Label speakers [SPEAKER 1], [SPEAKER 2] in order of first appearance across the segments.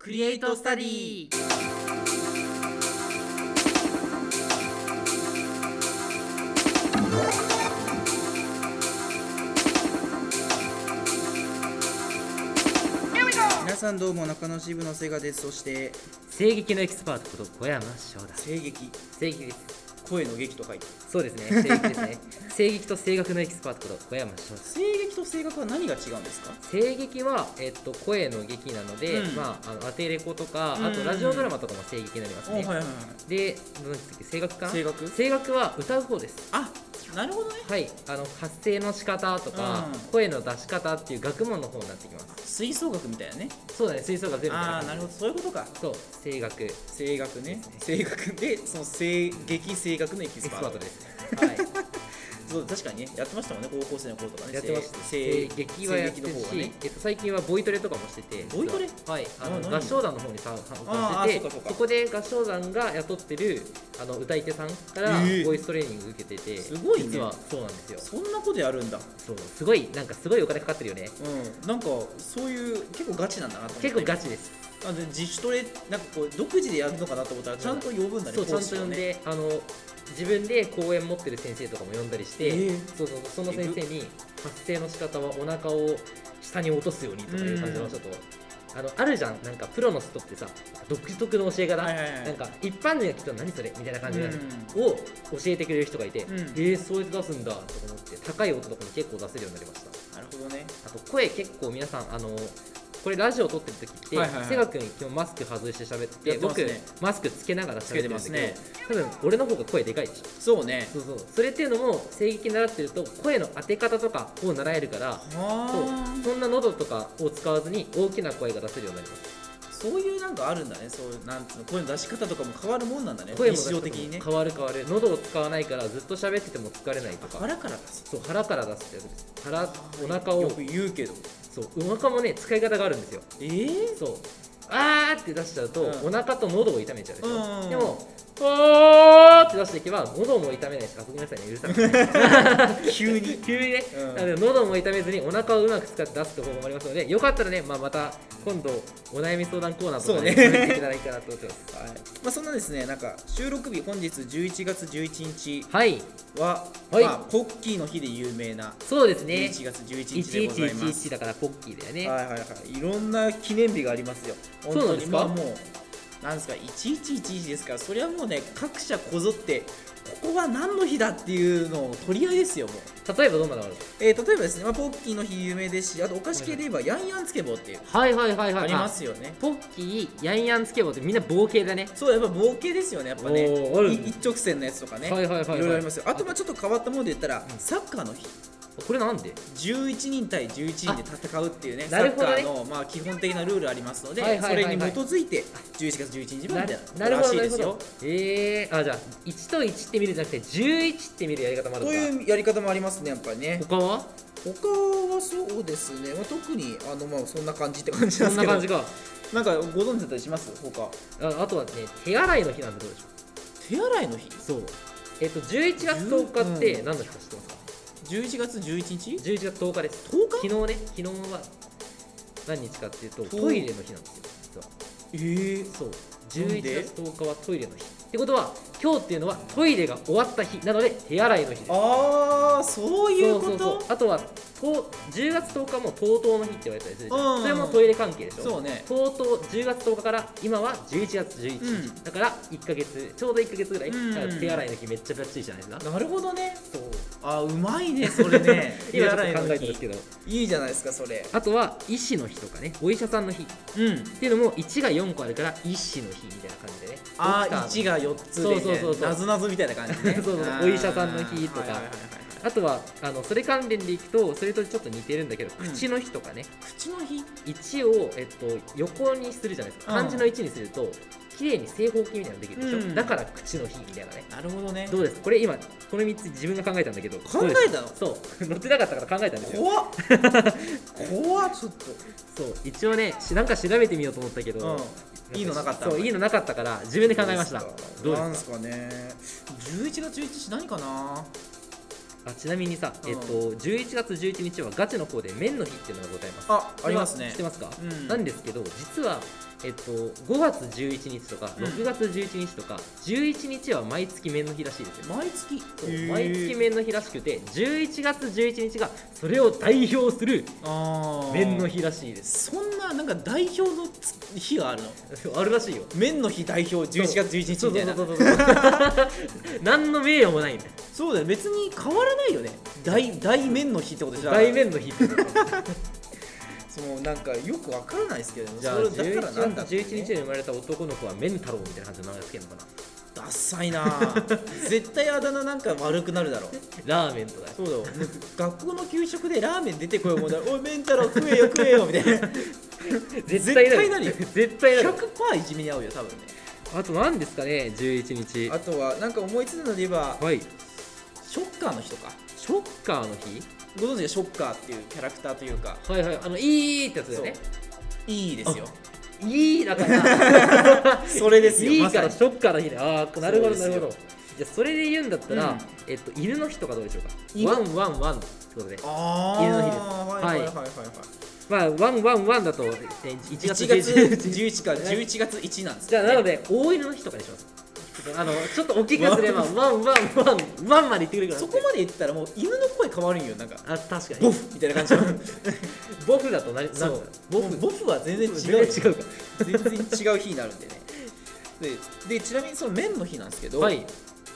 [SPEAKER 1] クリエイトスタディ
[SPEAKER 2] 皆さんどうも中野支部のセガですそして
[SPEAKER 1] 声劇のエキスパートこと小山翔だ
[SPEAKER 2] 声劇
[SPEAKER 1] 声劇です
[SPEAKER 2] 声の劇と書いて
[SPEAKER 1] そうですね声劇です ね声劇と声楽のエキスパートこと小山翔です
[SPEAKER 2] 声劇と声楽は何が違うんですか
[SPEAKER 1] 声劇は、えっと、声の劇なので、
[SPEAKER 2] うん
[SPEAKER 1] まあ、あのアテレコとか、
[SPEAKER 2] うん
[SPEAKER 1] あとラジオドラマとかも声劇になりますね、
[SPEAKER 2] いはい
[SPEAKER 1] で何でしたっけ声楽か
[SPEAKER 2] 声楽
[SPEAKER 1] 声楽は歌う方です
[SPEAKER 2] あなるほどね
[SPEAKER 1] はいあの発声の仕方とか、
[SPEAKER 2] うん
[SPEAKER 1] 声の出し方っていう学問の方になってきます
[SPEAKER 2] 吹奏楽みたいなね
[SPEAKER 1] そうだね吹奏楽全部
[SPEAKER 2] ああなるほどそういうことか
[SPEAKER 1] どそう声楽エ
[SPEAKER 2] 声楽ね声楽でその声劇声楽のエキ
[SPEAKER 1] キ
[SPEAKER 2] ス
[SPEAKER 1] ス
[SPEAKER 2] パ
[SPEAKER 1] パ
[SPEAKER 2] ー
[SPEAKER 1] ー
[SPEAKER 2] ト
[SPEAKER 1] ト
[SPEAKER 2] で
[SPEAKER 1] ですはい
[SPEAKER 2] そう確かにねやってましたもんね高校生の頃とかね
[SPEAKER 1] やってました
[SPEAKER 2] 声
[SPEAKER 1] 声劇はやっ
[SPEAKER 2] 声劇
[SPEAKER 1] てる
[SPEAKER 2] の方
[SPEAKER 1] し、
[SPEAKER 2] がね
[SPEAKER 1] えっと、最近はボイトレとかもしてて実は
[SPEAKER 2] ボイトレ
[SPEAKER 1] はいあ
[SPEAKER 2] あ何
[SPEAKER 1] の合唱団の方に参
[SPEAKER 2] あ
[SPEAKER 1] 加
[SPEAKER 2] あ
[SPEAKER 1] して
[SPEAKER 2] そうか
[SPEAKER 1] てそ
[SPEAKER 2] そうか
[SPEAKER 1] こで合唱団が雇ってるあの歌い手さんから
[SPEAKER 2] ええ
[SPEAKER 1] ボイストレーニング受けてて、
[SPEAKER 2] すごいね
[SPEAKER 1] 実はそうなんですよ
[SPEAKER 2] そんなことやるんだ
[SPEAKER 1] そうすごいなんかすごいお金かかってるよね
[SPEAKER 2] うんなんかそういう結構ガチなんだなと思って
[SPEAKER 1] 結構ガチです
[SPEAKER 2] あで自主トレなんかこう独自でやるのかなと思ったらちゃんと呼ぶんだね
[SPEAKER 1] そうちゃん
[SPEAKER 2] 講
[SPEAKER 1] と
[SPEAKER 2] 師を
[SPEAKER 1] 呼ん
[SPEAKER 2] ね
[SPEAKER 1] であの自分で講演持ってる先生とかも呼んだりして、
[SPEAKER 2] ええ
[SPEAKER 1] そうそうその先生に発声の仕方はお腹を下に落とすようにとかいう感じの人と、あのあるじゃんなんかプロの人ってさ独特の教え方、
[SPEAKER 2] はいはいはい
[SPEAKER 1] なんか一般人が聞くと何それみたいな感じのやつ
[SPEAKER 2] う
[SPEAKER 1] を教えてくれる人がいて、
[SPEAKER 2] うん
[SPEAKER 1] えー、そうやって出すんだとか思って高い音とかも結構出せるようになりました
[SPEAKER 2] なるほどね
[SPEAKER 1] あと声結構皆さんあのこれラジオ撮ってる時って、
[SPEAKER 2] はいはいはい
[SPEAKER 1] セガ君今日マスク外して喋って
[SPEAKER 2] やってます
[SPEAKER 1] 僕
[SPEAKER 2] ね
[SPEAKER 1] マスクつけながら喋ってるんだけ
[SPEAKER 2] つ
[SPEAKER 1] ど、
[SPEAKER 2] けて
[SPEAKER 1] 多分俺の方が声でかいでしょ
[SPEAKER 2] そうね
[SPEAKER 1] そうそうそれっていうのも声劇習ってると声の当て方とかを習えるからそう
[SPEAKER 2] あ
[SPEAKER 1] そんな喉とかを使わずに大きな声が出せるようになります
[SPEAKER 2] あそういうなんかあるんだねそういうなんつうの声の出し方とかも変わるもんなんだね
[SPEAKER 1] 声も
[SPEAKER 2] 日
[SPEAKER 1] 出し
[SPEAKER 2] 常
[SPEAKER 1] 方
[SPEAKER 2] 的にね
[SPEAKER 1] も変わる変わる喉を使わないからずっと喋ってても疲れないとか
[SPEAKER 2] 腹から出す
[SPEAKER 1] そう腹から出すってやつです腹お腹
[SPEAKER 2] よ
[SPEAKER 1] を
[SPEAKER 2] く言うけど
[SPEAKER 1] そうお腹もね使い方があるんですよ
[SPEAKER 2] えー、
[SPEAKER 1] そうあーって出しちゃうと、
[SPEAKER 2] うん
[SPEAKER 1] お腹と喉を痛めちゃうでしょ、
[SPEAKER 2] うん
[SPEAKER 1] でもおーって出していけば喉も痛めないしあごめんなさいね許さない
[SPEAKER 2] 急に
[SPEAKER 1] 急にね、
[SPEAKER 2] うん
[SPEAKER 1] なので喉も痛めずにお腹をうまく使って出すって方法もありますのでよかったらね、まあ、また今度お悩み相談コーナーとかで、
[SPEAKER 2] そうね
[SPEAKER 1] ね、っていただいたらと思ってます
[SPEAKER 2] はいまあ、そんなですねなんか収録日本日11月11日
[SPEAKER 1] はい
[SPEAKER 2] は、
[SPEAKER 1] はい
[SPEAKER 2] まあ、ポッキーの日で有名な
[SPEAKER 1] そうですね
[SPEAKER 2] 11月11日でございます
[SPEAKER 1] 1111だからポッキーだよね、
[SPEAKER 2] はいはいはい、いろんな記念日がありますよ。
[SPEAKER 1] そうなんですか
[SPEAKER 2] 本当にまあもう、なんですか、1111ですから、それはもうね、各社こぞって、ここは何の日だっていうのを取り合いですよ、もう。
[SPEAKER 1] 例えばどんなのがある
[SPEAKER 2] えー例えばですね、まあ、ポッキーの日有名ですし、あとお菓子系で言えば、ヤンヤンつけ棒っていう、
[SPEAKER 1] はいはいはいはい
[SPEAKER 2] ありますよね。
[SPEAKER 1] ポッキーヤンヤンつけ棒ってみんな棒系だね
[SPEAKER 2] そう、やっぱ冒険ですよね、やっぱね。
[SPEAKER 1] おーある
[SPEAKER 2] い一直線のやつとかね、
[SPEAKER 1] はいはいはいはい
[SPEAKER 2] ろいろありますよ。あと、まあちょっと変わったもので言ったら、サッカーの日。
[SPEAKER 1] これなんで
[SPEAKER 2] 11人対11人で戦うっていうね、
[SPEAKER 1] あ
[SPEAKER 2] サ
[SPEAKER 1] なる
[SPEAKER 2] ッ
[SPEAKER 1] ほ
[SPEAKER 2] カ
[SPEAKER 1] どね
[SPEAKER 2] ーの、まあ、基本的なルールありますので、
[SPEAKER 1] はいはいはいはい
[SPEAKER 2] それに基づいて11月11日ま
[SPEAKER 1] な
[SPEAKER 2] で
[SPEAKER 1] なる
[SPEAKER 2] ら
[SPEAKER 1] ほ
[SPEAKER 2] し
[SPEAKER 1] ど
[SPEAKER 2] いで
[SPEAKER 1] なるほ
[SPEAKER 2] すよ
[SPEAKER 1] ど。えー、あじゃあ1と1って見るんじゃなくて11って見るやり方もある
[SPEAKER 2] と
[SPEAKER 1] のか
[SPEAKER 2] いうやり方もありますね、やっぱりね。
[SPEAKER 1] 他は
[SPEAKER 2] 他はそうですね、まあ、特にあの、まあ、そんな感じって感じなん
[SPEAKER 1] そ
[SPEAKER 2] ですけ
[SPEAKER 1] んな
[SPEAKER 2] ど、
[SPEAKER 1] 感じか
[SPEAKER 2] なんかご存知だったりします、他。
[SPEAKER 1] ああとはね手洗いの日なんてどうでしょ
[SPEAKER 2] 手洗いの日
[SPEAKER 1] うそうえっ、と11月10日っ
[SPEAKER 2] う
[SPEAKER 1] て
[SPEAKER 2] ん
[SPEAKER 1] 何の日か知ってますか
[SPEAKER 2] ?11 月11日
[SPEAKER 1] 11月10日です
[SPEAKER 2] 10日
[SPEAKER 1] 昨日ね昨日は何日かっていうと
[SPEAKER 2] と
[SPEAKER 1] トイレの日なんですよ実は
[SPEAKER 2] えー、
[SPEAKER 1] そう
[SPEAKER 2] なんで
[SPEAKER 1] 11月10日はトイレの日ってことは今日っていうのはトイレが終わった日なので手洗いの日です
[SPEAKER 2] あー、そういうこと
[SPEAKER 1] そうそうそうあとはと10月10日も TOTO の日って言われたりするじゃん、
[SPEAKER 2] うん
[SPEAKER 1] それもトイレ関係でしょ
[SPEAKER 2] そうね
[SPEAKER 1] TOTO、10月10日から今は11月11日、
[SPEAKER 2] うん
[SPEAKER 1] だから1ヶ月ちょうど1ヶ月ぐらい、
[SPEAKER 2] うん
[SPEAKER 1] だから手洗いの日めっちゃぶらついじゃないですか、
[SPEAKER 2] なるほどね。
[SPEAKER 1] そう。
[SPEAKER 2] あー、うまいね、それね
[SPEAKER 1] 今ちょっと考えた
[SPEAKER 2] 手
[SPEAKER 1] ん
[SPEAKER 2] 洗いの
[SPEAKER 1] です
[SPEAKER 2] 日
[SPEAKER 1] けど
[SPEAKER 2] いいじゃないですか、それ。
[SPEAKER 1] あとは医師の日とかねお医者さんの日っ
[SPEAKER 2] うん。
[SPEAKER 1] ていうのも1が4個あるから医師の日みたいな感じでね
[SPEAKER 2] あ
[SPEAKER 1] ドクター
[SPEAKER 2] ー1
[SPEAKER 1] の
[SPEAKER 2] が4つ
[SPEAKER 1] そうそうそう
[SPEAKER 2] で
[SPEAKER 1] そう
[SPEAKER 2] なぞなぞみたいな感じね
[SPEAKER 1] そうそうそう
[SPEAKER 2] あー
[SPEAKER 1] お医者さんの日とか
[SPEAKER 2] はいはいはいはい
[SPEAKER 1] あとはあのそれ関連でいくとそれとちょっと似てるんだけど
[SPEAKER 2] うん
[SPEAKER 1] 口の日とかね、
[SPEAKER 2] 口の日
[SPEAKER 1] 1を、えっと、横にするじゃないですか
[SPEAKER 2] うん
[SPEAKER 1] 漢字の1にすると綺麗に正方形みたいなのできるでしょ、
[SPEAKER 2] うん
[SPEAKER 1] だから口の日みたいなね
[SPEAKER 2] なるほどね
[SPEAKER 1] どうですこれ今この3つ自分が考えたんだけど
[SPEAKER 2] 考
[SPEAKER 1] どうです
[SPEAKER 2] えたの
[SPEAKER 1] そう 載ってなかったから考えたんですよ
[SPEAKER 2] 怖っ怖っちょっ
[SPEAKER 1] そう一応ねしなんか調べてみようと思ったけど、
[SPEAKER 2] とうんいいのなかった
[SPEAKER 1] そういいのなかったから自分で考えましたどうですか
[SPEAKER 2] なんすかね11月11日何かな
[SPEAKER 1] あちなみにさ、
[SPEAKER 2] うん
[SPEAKER 1] えっと、11月11日はガチの方で麺の日っていうのがございます。
[SPEAKER 2] あありますね
[SPEAKER 1] 知ってますか、
[SPEAKER 2] うん
[SPEAKER 1] なんですけど、実は、えっと、5月11日とか、
[SPEAKER 2] うん
[SPEAKER 1] 6月11日とか、11日は毎月麺の日らしいですよ。
[SPEAKER 2] 毎月
[SPEAKER 1] そう
[SPEAKER 2] へー
[SPEAKER 1] 毎月麺の日らしくて、11月11日がそれを代表する
[SPEAKER 2] あー
[SPEAKER 1] 麺の日らしいです。
[SPEAKER 2] そんななんか代表のつ日があるの
[SPEAKER 1] あるらしいよ。
[SPEAKER 2] 麺の日代表11月11日
[SPEAKER 1] そう
[SPEAKER 2] みた
[SPEAKER 1] そう
[SPEAKER 2] いな
[SPEAKER 1] そうそうそう。何の名誉もないんだよ。
[SPEAKER 2] そうだよ別に変わらないよね大大麺の日ってことじゃ
[SPEAKER 1] 大麺の日ってこと
[SPEAKER 2] そのなんかよくわからないですけどね
[SPEAKER 1] じゃあ
[SPEAKER 2] それ
[SPEAKER 1] 11
[SPEAKER 2] だからなんだ
[SPEAKER 1] 月11日に生まれた男の子はメンタロウみたいな感じの名前つけるのかな
[SPEAKER 2] ダッサいな ぁ絶対あだ名なんか悪くなるだろう
[SPEAKER 1] ラーメンとか
[SPEAKER 2] そうだよ学校の給食でラーメン出てこようもん だおい麺太郎食えよ食えよみたいな絶
[SPEAKER 1] 絶対
[SPEAKER 2] 対
[SPEAKER 1] な
[SPEAKER 2] な
[SPEAKER 1] る
[SPEAKER 2] る
[SPEAKER 1] よ
[SPEAKER 2] よ
[SPEAKER 1] 絶対なる
[SPEAKER 2] 100%いじめに合うよ多分ね
[SPEAKER 1] あと何ですかね11日
[SPEAKER 2] あとはなんか思いついたので言えば
[SPEAKER 1] はい
[SPEAKER 2] ショッカーの人か
[SPEAKER 1] ショッカーの日
[SPEAKER 2] ご存知でショッカーっていうキャラクターというか
[SPEAKER 1] はいはいあのいいってやつだよね
[SPEAKER 2] いいですよ
[SPEAKER 1] いいだから
[SPEAKER 2] それ ですよ
[SPEAKER 1] いい
[SPEAKER 2] まさ
[SPEAKER 1] か
[SPEAKER 2] に
[SPEAKER 1] らショッカーの日ねああなるほど
[SPEAKER 2] そ
[SPEAKER 1] な
[SPEAKER 2] うですよ
[SPEAKER 1] るほどじゃあそれで言うんだったら、
[SPEAKER 2] うん
[SPEAKER 1] えっと犬の日とかどうでしょうか
[SPEAKER 2] 犬
[SPEAKER 1] ワンワンワンってことで
[SPEAKER 2] あ
[SPEAKER 1] 犬の日
[SPEAKER 2] あはいはい
[SPEAKER 1] で
[SPEAKER 2] は
[SPEAKER 1] す
[SPEAKER 2] いはい
[SPEAKER 1] まあワンワンワンだとえー1
[SPEAKER 2] 1
[SPEAKER 1] 月
[SPEAKER 2] 月
[SPEAKER 1] 11
[SPEAKER 2] 11か11月1なんです
[SPEAKER 1] じゃ
[SPEAKER 2] よ
[SPEAKER 1] あ
[SPEAKER 2] ね
[SPEAKER 1] なので大犬の日とかにしますちょっとあのちょっと大きいがすればワンワンワンワンまで言ってくれるから
[SPEAKER 2] そこまで言ったらもう犬の声変わるんよなんか
[SPEAKER 1] あ確か
[SPEAKER 2] ボ
[SPEAKER 1] に
[SPEAKER 2] フみたいな感じの
[SPEAKER 1] ボフだとなりなんだボフ
[SPEAKER 2] ボフは全然違う
[SPEAKER 1] 全然違うか
[SPEAKER 2] 全然違う日になるんでねででちなみにその麺の日なんですけど、
[SPEAKER 1] はい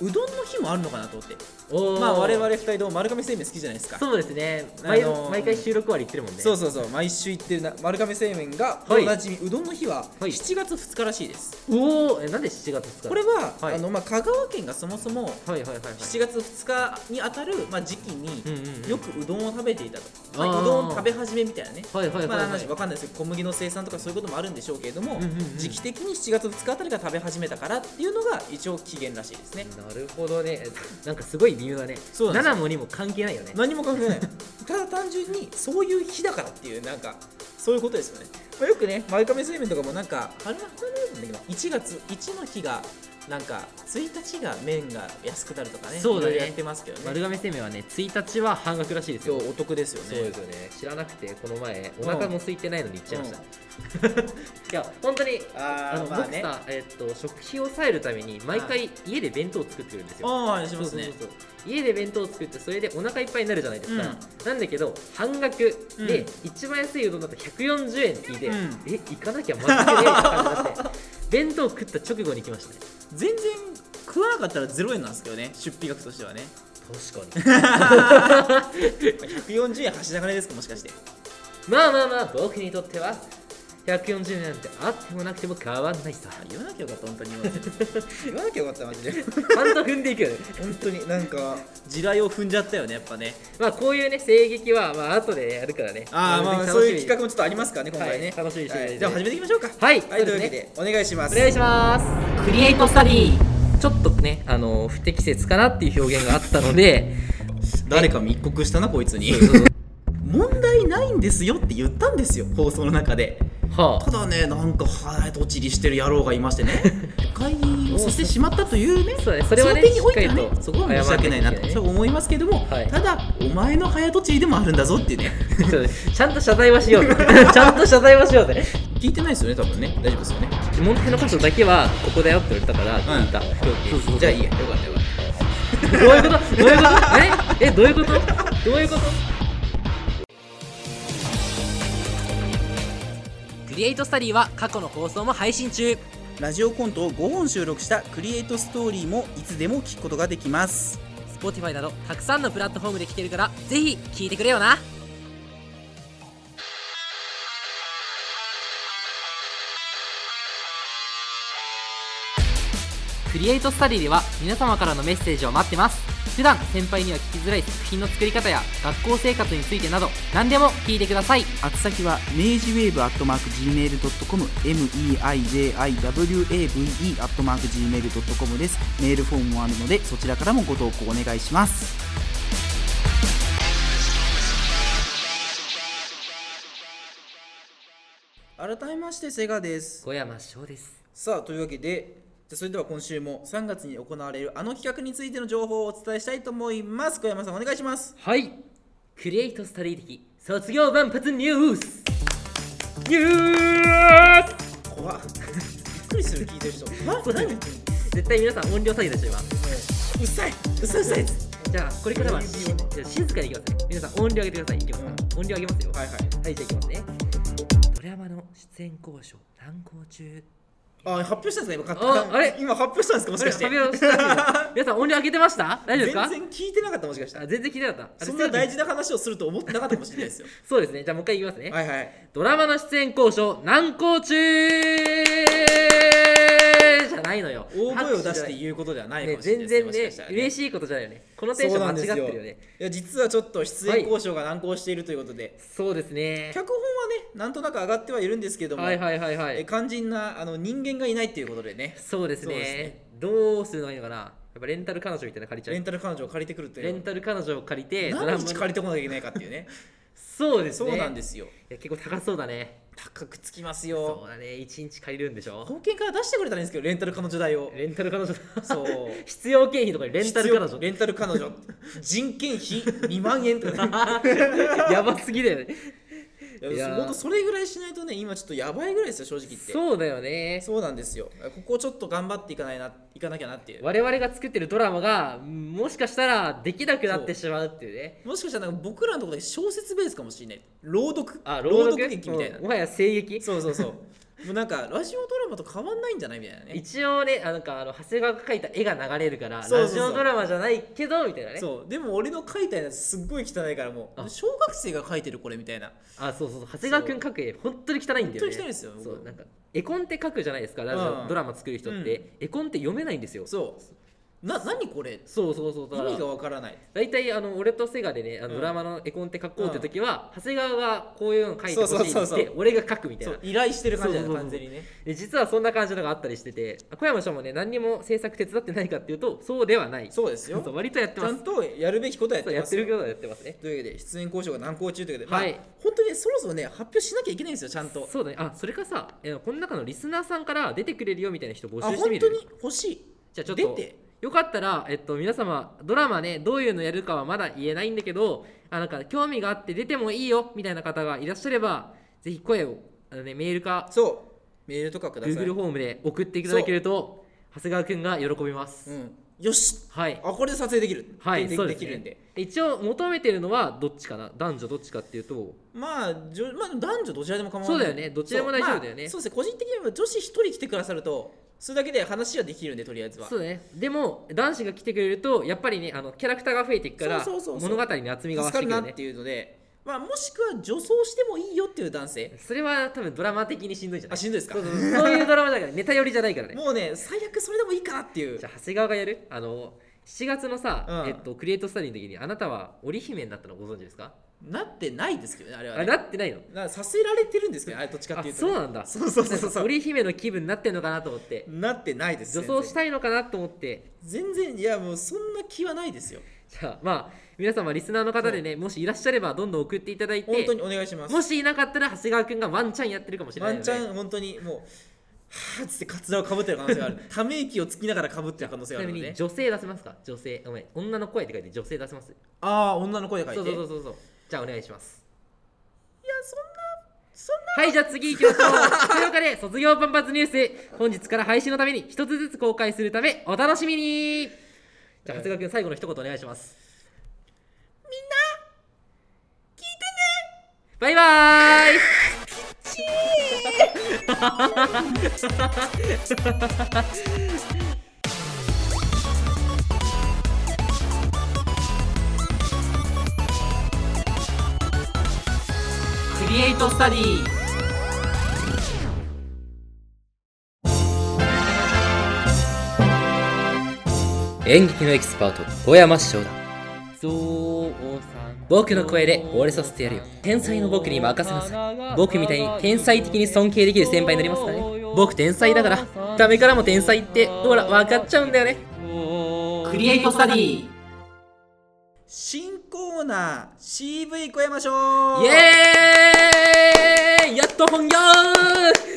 [SPEAKER 1] う
[SPEAKER 2] どんの日もあるのかなと思って
[SPEAKER 1] おー
[SPEAKER 2] まあ我々二人とも丸亀製麺好きじゃないですか
[SPEAKER 1] そうですね毎,、
[SPEAKER 2] あのー
[SPEAKER 1] 毎回収録終わり言ってるもんね
[SPEAKER 2] そう
[SPEAKER 1] そ
[SPEAKER 2] そうそう毎週行ってるな丸亀製麺が
[SPEAKER 1] はい
[SPEAKER 2] おなじみ、うどんの日は
[SPEAKER 1] はい
[SPEAKER 2] 7月2日らしいです、
[SPEAKER 1] うおおえなんで7月使う
[SPEAKER 2] これは、
[SPEAKER 1] はい
[SPEAKER 2] あのまあ、香川県がそもそも
[SPEAKER 1] はいはいはいはい
[SPEAKER 2] 7月2日にあたる、まあ、時期に
[SPEAKER 1] うんうんうん
[SPEAKER 2] よくうどんを食べていたと、ま
[SPEAKER 1] あ
[SPEAKER 2] あ、
[SPEAKER 1] ー
[SPEAKER 2] うどんを食べ始めみたいなね
[SPEAKER 1] はいはい
[SPEAKER 2] ま
[SPEAKER 1] は
[SPEAKER 2] あ、
[SPEAKER 1] いはい
[SPEAKER 2] 話わかんないですけど小麦の生産とかそういうこともあるんでしょうけれども、
[SPEAKER 1] うんうんうん
[SPEAKER 2] 時期的に7月2日あたりから食べ始めたからっていうのが一応期限らしい ですね、
[SPEAKER 1] なるほどねなんかすごい理由だね
[SPEAKER 2] そうなんです
[SPEAKER 1] 7もにも関係ないよね
[SPEAKER 2] 何も関係ない ただ単純にそういう日だからっていうなんかそういうことですよね、まあ、よくね丸亀製麺とかもなんかあれはあれなんだけど1月1の日がなんか1日が麺が安くなるとかね
[SPEAKER 1] そう
[SPEAKER 2] い
[SPEAKER 1] だね
[SPEAKER 2] ろいろやってますけどね
[SPEAKER 1] 丸亀製麺はね1日は半額らしいです
[SPEAKER 2] そ
[SPEAKER 1] よ
[SPEAKER 2] うお得ですよね
[SPEAKER 1] そうですよね知らなくてこの前お腹も空いてないのに行っちゃいました、
[SPEAKER 2] う
[SPEAKER 1] いや本当に
[SPEAKER 2] あ
[SPEAKER 1] あ
[SPEAKER 2] ー
[SPEAKER 1] の、
[SPEAKER 2] まあ
[SPEAKER 1] 僕
[SPEAKER 2] ね
[SPEAKER 1] さ、えっと食費を抑えるために毎回家で弁当を作ってるんですよ
[SPEAKER 2] ああしますね
[SPEAKER 1] そうそうそう家で弁当を作ってそれでお腹いっぱいになるじゃないですか、
[SPEAKER 2] うん
[SPEAKER 1] なんだけど半額
[SPEAKER 2] うん
[SPEAKER 1] で一番安いうどんだと140円って聞いて、
[SPEAKER 2] うん
[SPEAKER 1] え行かなきゃまずくねえって感じになって弁当を食った直後に来ましたね
[SPEAKER 2] 全然食わなかったら0円なんですけどね出費額としてはね
[SPEAKER 1] 確かに
[SPEAKER 2] 140円箸流れですかもしかして
[SPEAKER 1] まあまあまあ僕にとっては140円なんてあってもなくても変わんないさ
[SPEAKER 2] 言わなきゃよかった本当に今 言わなきゃよかったマジで
[SPEAKER 1] ちゃんと踏んでいくよね
[SPEAKER 2] 本当になんか地雷を踏んじゃったよねやっぱね
[SPEAKER 1] まあこういうね声撃はまあ後でやるからね
[SPEAKER 2] ああ
[SPEAKER 1] の
[SPEAKER 2] まあ
[SPEAKER 1] ぜひ
[SPEAKER 2] そうい
[SPEAKER 1] 楽しみ
[SPEAKER 2] う
[SPEAKER 1] に
[SPEAKER 2] 企画もちょっとありますからね今回
[SPEAKER 1] はい
[SPEAKER 2] ね
[SPEAKER 1] 楽しみにしていただいて
[SPEAKER 2] はいじゃあ始めていきましょうか
[SPEAKER 1] は
[SPEAKER 2] は
[SPEAKER 1] い
[SPEAKER 2] いと
[SPEAKER 1] そ
[SPEAKER 2] いうう
[SPEAKER 1] で
[SPEAKER 2] わ
[SPEAKER 1] す
[SPEAKER 2] け
[SPEAKER 1] ね
[SPEAKER 2] でお願いします
[SPEAKER 1] お願いしますクリエイトスタディちょっとねあの不適切かなっていう表現があったので
[SPEAKER 2] 誰か密告したなこいつに 問題ないんですよって言ったんですよ放送の中で
[SPEAKER 1] は
[SPEAKER 2] ただねなんか腹とちりしてる野郎がいまして ね会議をさせてしまったというね
[SPEAKER 1] そうねそれはね
[SPEAKER 2] 点においては
[SPEAKER 1] しっ
[SPEAKER 2] ね
[SPEAKER 1] かりと
[SPEAKER 2] そこは申し訳ないな
[SPEAKER 1] 謝らなきゃいけない
[SPEAKER 2] と
[SPEAKER 1] ね
[SPEAKER 2] そう思いますけども、
[SPEAKER 1] はい
[SPEAKER 2] ただお前の早とちりでもあるんだぞっていう ね
[SPEAKER 1] あ、 ちょっとちゃんと 謝罪はしようぜちゃんと謝罪はしようぜ
[SPEAKER 2] 聞いてないですよね多分ね大丈夫ですよね
[SPEAKER 1] 問題の箇所だけはここだよって言われたから聞いた、そうそうそう
[SPEAKER 2] じゃあいいやよかったよかっ
[SPEAKER 1] どういうことどういうことええどういうことどういうことクリエイトスタディは過去の放送も配信中
[SPEAKER 2] たラジオコントを5本収録したクリエイトストーリーもいつでも聞くことができます
[SPEAKER 1] Spotify などたくさんのプラットフォームで聴けるからぜひ聴いてくれよなクリエイトスタディでは皆様からのメッセージを待ってます普段先輩には聞きづらい作品の作り方や学校生活についてなど何でも聞いてください
[SPEAKER 3] 宛先は明治ウェーブアットマーク Gmail.com meijiwave アットマーク Gmail.com ですメールフォームもあるのでそちらからもご投稿お願いします
[SPEAKER 2] 改めましてセガです
[SPEAKER 1] 小山翔です
[SPEAKER 2] さあというわけででそれでは今週も3月に行われるあの企画についての情報をお伝えしたいと思います小山さんお願いします
[SPEAKER 1] はいクリエイトスタディ的卒業万発ニュースニュース
[SPEAKER 2] 怖っびっくりする聞いてる 人な
[SPEAKER 1] そうだ
[SPEAKER 2] 何
[SPEAKER 1] よ
[SPEAKER 2] 言ってんの
[SPEAKER 1] 絶対皆さん音量下げたでしょ今
[SPEAKER 2] うっさいうっさいうっさい
[SPEAKER 1] じゃあこれからはしじゃあ静かにいきますね皆さん音量上げてくださいいきますか、音量上げますよ
[SPEAKER 2] はいはい
[SPEAKER 1] はいじゃあいきますねドラマの出演交渉難航中
[SPEAKER 2] あ発表したんですか今
[SPEAKER 1] あ
[SPEAKER 2] かか
[SPEAKER 1] あれ
[SPEAKER 2] 今発表したんですかもしかして
[SPEAKER 1] あれ発表してますよ皆さん音量上げてました大丈夫ですか
[SPEAKER 2] 全然聞いてなかったもしかして
[SPEAKER 1] あ全然聞いてなかったあ
[SPEAKER 2] そんな大
[SPEAKER 1] 強
[SPEAKER 2] 事な話をすると思ってなかったかもしれないで すよ
[SPEAKER 1] 気そうですねじゃあもう一回言いますね、
[SPEAKER 2] はいはい
[SPEAKER 1] ドラマの出演交渉難航中じゃないのよ
[SPEAKER 2] 大声を出して
[SPEAKER 1] い
[SPEAKER 2] 言うことではないか
[SPEAKER 1] ね
[SPEAKER 2] もしれな
[SPEAKER 1] 全
[SPEAKER 2] いです
[SPEAKER 1] 然
[SPEAKER 2] ね
[SPEAKER 1] ね
[SPEAKER 2] もしかしたら
[SPEAKER 1] 嬉しいことじゃないよねこのテンシ
[SPEAKER 2] そう
[SPEAKER 1] ョ
[SPEAKER 2] なん
[SPEAKER 1] ン
[SPEAKER 2] で
[SPEAKER 1] 間
[SPEAKER 2] す
[SPEAKER 1] 違っ
[SPEAKER 2] よ
[SPEAKER 1] てるよね
[SPEAKER 2] いや実はちょっと出演交渉が難航しているということで、
[SPEAKER 1] そうですね
[SPEAKER 2] 脚本はねなんとなく上がってはいるんですけども、
[SPEAKER 1] はいはいはいは
[SPEAKER 2] え
[SPEAKER 1] い
[SPEAKER 2] 肝心なあの人間がいないっていうことでね
[SPEAKER 1] そうですね
[SPEAKER 2] そうですね
[SPEAKER 1] どうするのがいいのかなやっぱレンタル彼女みたいなの借りちゃ
[SPEAKER 2] レン
[SPEAKER 1] う
[SPEAKER 2] タル彼女を借りてくるとい
[SPEAKER 1] レン
[SPEAKER 2] う
[SPEAKER 1] タル彼女を借りてドラ
[SPEAKER 2] 何
[SPEAKER 1] マ
[SPEAKER 2] 日借りてこなきゃいけないかっていうね
[SPEAKER 1] そうです
[SPEAKER 2] そ
[SPEAKER 1] ね
[SPEAKER 2] うなんですすよ
[SPEAKER 1] 結構高そうだね
[SPEAKER 2] 高くつきます
[SPEAKER 1] そ
[SPEAKER 2] よ
[SPEAKER 1] うだね一日借りるんでしょ
[SPEAKER 2] 保険から出してくれたらいいんですけどレンタル彼女代を
[SPEAKER 1] レンタル彼女
[SPEAKER 2] そう
[SPEAKER 1] 必要経費とかにレンタル彼
[SPEAKER 2] 必
[SPEAKER 1] 女
[SPEAKER 2] 要レンタル彼女人件費2万円とか
[SPEAKER 1] やばすぎだよ ね
[SPEAKER 2] いや
[SPEAKER 1] いやー
[SPEAKER 2] 本当それぐらいしないとね今ちょっとやばいぐらいですよ正直言って
[SPEAKER 1] そうだよね
[SPEAKER 2] そうなんですよここちょっと頑張っていかないないかなきゃなっていう
[SPEAKER 1] 我々が作ってるドラマがうんもしかしたらできなくなってしまうっていうね
[SPEAKER 2] もしかしたらなんか僕らのところで小説ベースかもしれない朗読
[SPEAKER 1] あ朗読
[SPEAKER 2] 劇みたいな
[SPEAKER 1] うんもはや声劇
[SPEAKER 2] そうそうそうもうなんかラジオドラマと変わんないんじゃないみたいなね
[SPEAKER 1] 一応ねあなんかあの長谷川が描いた絵が流れるから
[SPEAKER 2] そうそうそう
[SPEAKER 1] ラジオドラマじゃないけどみたいなね
[SPEAKER 2] そうでも俺の書いたやつすっごい汚いからもう
[SPEAKER 1] あ
[SPEAKER 2] 小学生が書いてるこれみたいな
[SPEAKER 1] あそうそうそう長谷川君描く絵本当に汚いんだよ
[SPEAKER 2] 本
[SPEAKER 1] ね
[SPEAKER 2] 当に汚いですよ僕
[SPEAKER 1] そうなんか絵コンって描くじゃないですかラジオ、
[SPEAKER 2] うん
[SPEAKER 1] ドラマ作る人って、絵コンって読めないんですよそう
[SPEAKER 2] そうな何これ
[SPEAKER 1] そうそうだ
[SPEAKER 2] 意
[SPEAKER 1] から
[SPEAKER 2] 味がわからない
[SPEAKER 1] 大体あの俺とセガでねあ
[SPEAKER 2] う
[SPEAKER 1] の、
[SPEAKER 2] ん
[SPEAKER 1] ドラマの絵コンって書こうって時は、長谷川がこういうの描いてほし
[SPEAKER 2] そうそ
[SPEAKER 1] いって
[SPEAKER 2] う
[SPEAKER 1] 言っ
[SPEAKER 2] そうそ
[SPEAKER 1] て
[SPEAKER 2] う
[SPEAKER 1] 俺が描くみたい
[SPEAKER 2] そ
[SPEAKER 1] な
[SPEAKER 2] う依頼してる感じだよ
[SPEAKER 1] そう
[SPEAKER 2] ね
[SPEAKER 1] そうそ
[SPEAKER 2] 完
[SPEAKER 1] う
[SPEAKER 2] 全にね
[SPEAKER 1] で実はそんな感じのがあったりしててあ小山翔もね何にも制作手伝ってないかっていうとそうではない
[SPEAKER 2] そうですよ
[SPEAKER 1] そう割とやっ
[SPEAKER 2] ち
[SPEAKER 1] て
[SPEAKER 2] ゃ
[SPEAKER 1] ます
[SPEAKER 2] んとやるべきことはやっ
[SPEAKER 1] そう
[SPEAKER 2] て
[SPEAKER 1] や
[SPEAKER 2] ま
[SPEAKER 1] っ
[SPEAKER 2] す
[SPEAKER 1] て
[SPEAKER 2] よ
[SPEAKER 1] るけどやってますね
[SPEAKER 2] というわけで出演交渉が難航中というわけで、
[SPEAKER 1] はい
[SPEAKER 2] まあ、本当にねそろそろね発表しなきゃいけないんですよちゃんと
[SPEAKER 1] そうだねあそれかさえーこの中のリスナーさんから出てくれるよみたいな人募
[SPEAKER 2] あ
[SPEAKER 1] 集して
[SPEAKER 2] 本
[SPEAKER 1] み
[SPEAKER 2] 当
[SPEAKER 1] る
[SPEAKER 2] に欲しい
[SPEAKER 1] じゃあちょっと
[SPEAKER 2] 出て
[SPEAKER 1] よかったら、えっと、皆様ドラマねどういうのやるかはまだ言えないんだけどあなんか興味があって出てもいいよみたいな方がいらっしゃればぜひ声をあの、ね、メールか
[SPEAKER 2] そうメールとかください
[SPEAKER 1] Google フォームで送っていただけると長谷川くんが喜びます、
[SPEAKER 2] うん、よし
[SPEAKER 1] はい
[SPEAKER 2] あこれで撮影できる
[SPEAKER 1] はい、
[SPEAKER 2] で
[SPEAKER 1] そう
[SPEAKER 2] ですき
[SPEAKER 1] ね
[SPEAKER 2] るんで
[SPEAKER 1] 一応求めてるのはどっちかな男女どっちかっていうと
[SPEAKER 2] まあ、じょまあ、男女どちらでも構わない
[SPEAKER 1] そうだよねどちらでも大丈夫だよね
[SPEAKER 2] そう,、まあ、そうですね個人的には女子一人来てくださるとそれだけで話はできるんでとりあえずは
[SPEAKER 1] そうだねでも男子が来てくれるとやっぱりねあのキャラクターが増えていくから
[SPEAKER 2] そうそうそうそう
[SPEAKER 1] 物語に厚みが増し
[SPEAKER 2] 助かる
[SPEAKER 1] てく
[SPEAKER 2] な
[SPEAKER 1] る
[SPEAKER 2] っ
[SPEAKER 1] ね
[SPEAKER 2] ていうので、まあ、もしくは女装してもいいよっていう男性
[SPEAKER 1] それは多分ドラマ的にしんどいんじゃな
[SPEAKER 2] あ
[SPEAKER 1] い
[SPEAKER 2] しんどいですか
[SPEAKER 1] そうそう そうそういうドラマだからネタ寄りじゃないからね
[SPEAKER 2] もうね最悪それでもいいかなっていう
[SPEAKER 1] じゃあ長谷川がやるあの7月のさ、
[SPEAKER 2] うん
[SPEAKER 1] えっと、クリエイトスタディの時にあなたは織姫になったのご存知ですか
[SPEAKER 2] なってないですけどねあれは
[SPEAKER 1] あ
[SPEAKER 2] ね
[SPEAKER 1] なってないの
[SPEAKER 2] なさせられてるんですけどねあれどっちかっ
[SPEAKER 1] あ
[SPEAKER 2] ていうと
[SPEAKER 1] そ
[SPEAKER 2] ね、
[SPEAKER 1] うなんだ
[SPEAKER 2] そうそうそう そう
[SPEAKER 1] 織姫の気分になってんのかなと思って
[SPEAKER 2] なってないです
[SPEAKER 1] 女装したいのかなと思って
[SPEAKER 2] 全然全然いやもうそんな気はないですよ
[SPEAKER 1] じゃあまあ皆様リスナーの方でねもしいらっしゃればどんどん送っていただい
[SPEAKER 2] 本
[SPEAKER 1] て
[SPEAKER 2] 当にお願いします
[SPEAKER 1] もしいなかったら長谷川くんがワンチャンやってるかもしれな
[SPEAKER 2] ワ
[SPEAKER 1] いの
[SPEAKER 2] ン
[SPEAKER 1] で
[SPEAKER 2] チャン本当にもうはーっつってカツラをかぶってる可能性があ るため息をつきながらかぶってる可能性
[SPEAKER 1] ち
[SPEAKER 2] があ
[SPEAKER 1] な
[SPEAKER 2] る
[SPEAKER 1] み
[SPEAKER 2] ので、
[SPEAKER 1] に
[SPEAKER 2] ね、
[SPEAKER 1] 女性出せますか女性ごめん女の声って書いて女性出せます
[SPEAKER 2] ああ女の声が書い
[SPEAKER 1] そ
[SPEAKER 2] うて
[SPEAKER 1] そうそうそうそうじゃあお願いします
[SPEAKER 2] いやそんなそんな
[SPEAKER 1] はいじゃあ次行きましょう静岡で卒業万発ニュース本日から配信のために一つずつ公開するためお楽しみにじゃあ長谷川くん最後の一言お願いしますみんな聞いてねバイバーイ クリエイトスタディ演劇のエキスパート小山翔だ僕の声で終わりさせてやるよ天才の僕に任せなさい僕みたいに天才的に尊敬できる先輩になりますからね僕天才だからダメからも天才ってほら分かっちゃうんだよねクリエイトスタディ
[SPEAKER 2] 新コーナー CV 小山賞
[SPEAKER 1] イエーイやっとト本業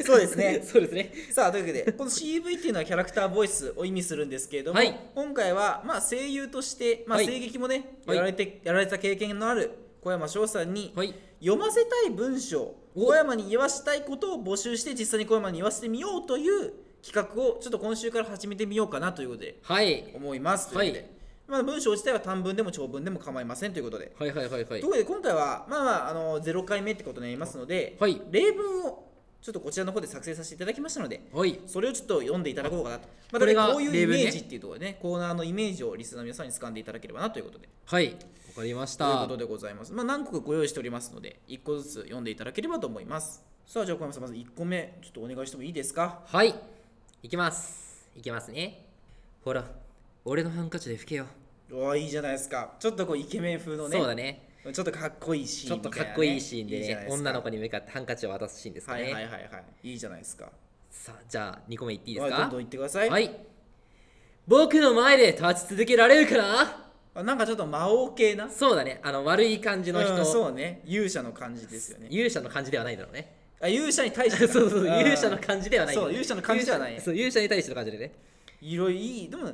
[SPEAKER 2] そうですね
[SPEAKER 1] そうですね。
[SPEAKER 2] さあというわけでこの CV っていうのはキャラクターボイスを意味するんですけれども、
[SPEAKER 1] はい
[SPEAKER 2] 今回はまあ声優として、まあ、
[SPEAKER 1] はい
[SPEAKER 2] 声劇もね、
[SPEAKER 1] はい
[SPEAKER 2] やられてやられた経験のある小山翔さんに、
[SPEAKER 1] はい。
[SPEAKER 2] 読ませたい文章
[SPEAKER 1] お
[SPEAKER 2] 小山に言わしたいことを募集して実際に小山に言わせてみようという企画をちょっと今週から始めてみようかなということで
[SPEAKER 1] はい。
[SPEAKER 2] 思いますと
[SPEAKER 1] はい
[SPEAKER 2] いうことで、まあ、文章自体は短文でも長文でも構いませんということで。
[SPEAKER 1] はいはいはいはい
[SPEAKER 2] という。ことで今回はまあまああの0回目ってことになりますので、
[SPEAKER 1] はい
[SPEAKER 2] 例文をちょっとこちらの方で作成させていただきましたので
[SPEAKER 1] はい。
[SPEAKER 2] それをちょっと読んでいただこうかなと、まあ、
[SPEAKER 1] これが
[SPEAKER 2] こういうイメ
[SPEAKER 1] 例
[SPEAKER 2] ー
[SPEAKER 1] 文
[SPEAKER 2] ジ
[SPEAKER 1] ね
[SPEAKER 2] っていうところでねコーナーのイメージをリスナーの皆さんに掴んでいただければなということで
[SPEAKER 1] はい。わかりまし
[SPEAKER 2] という
[SPEAKER 1] た
[SPEAKER 2] こと。でございます。まあ、何個かご用意しておりますので、1個ずつ読んでいただければと思います。さあ、じゃあ、小山さん、まず1個目、ちょっとお願いしてもいいですか
[SPEAKER 1] はい。いきます。いきますね。ほら、俺のハンカチで拭けよ。
[SPEAKER 2] うわ、いいじゃないですか。ちょっとこう、イケメン風のね、
[SPEAKER 1] そうだね。
[SPEAKER 2] ちょっとかっこいいシ
[SPEAKER 1] ち
[SPEAKER 2] ー
[SPEAKER 1] ょ
[SPEAKER 2] ン
[SPEAKER 1] っ
[SPEAKER 2] みたい
[SPEAKER 1] と
[SPEAKER 2] なね、
[SPEAKER 1] かっこいいシーンで
[SPEAKER 2] いいじゃな
[SPEAKER 1] ね
[SPEAKER 2] い、すか
[SPEAKER 1] 女の子に向かってハンカチを渡すシーンですか
[SPEAKER 2] はいはいはい
[SPEAKER 1] ね。
[SPEAKER 2] はい。いいじゃないですか。
[SPEAKER 1] さあ、じゃあ2個目いっていいで
[SPEAKER 2] はい、
[SPEAKER 1] す
[SPEAKER 2] どん
[SPEAKER 1] か
[SPEAKER 2] どん言ってください。
[SPEAKER 1] はい。僕の前で立ち続けられるかな
[SPEAKER 2] あなんかちょっと魔王系な、
[SPEAKER 1] そうだね。あの、悪い感じの
[SPEAKER 2] うん
[SPEAKER 1] 人、
[SPEAKER 2] そうね、勇者の感じですよね。
[SPEAKER 1] 勇者の感じではないだろうね。
[SPEAKER 2] あ勇者に対して
[SPEAKER 1] そう
[SPEAKER 2] だ
[SPEAKER 1] そうそう、
[SPEAKER 2] あー
[SPEAKER 1] 勇者の感じではないよね。
[SPEAKER 2] そう勇者の感じではない
[SPEAKER 1] 勇者そう、勇者に対しての感じでね。
[SPEAKER 2] いろいろいい、でも、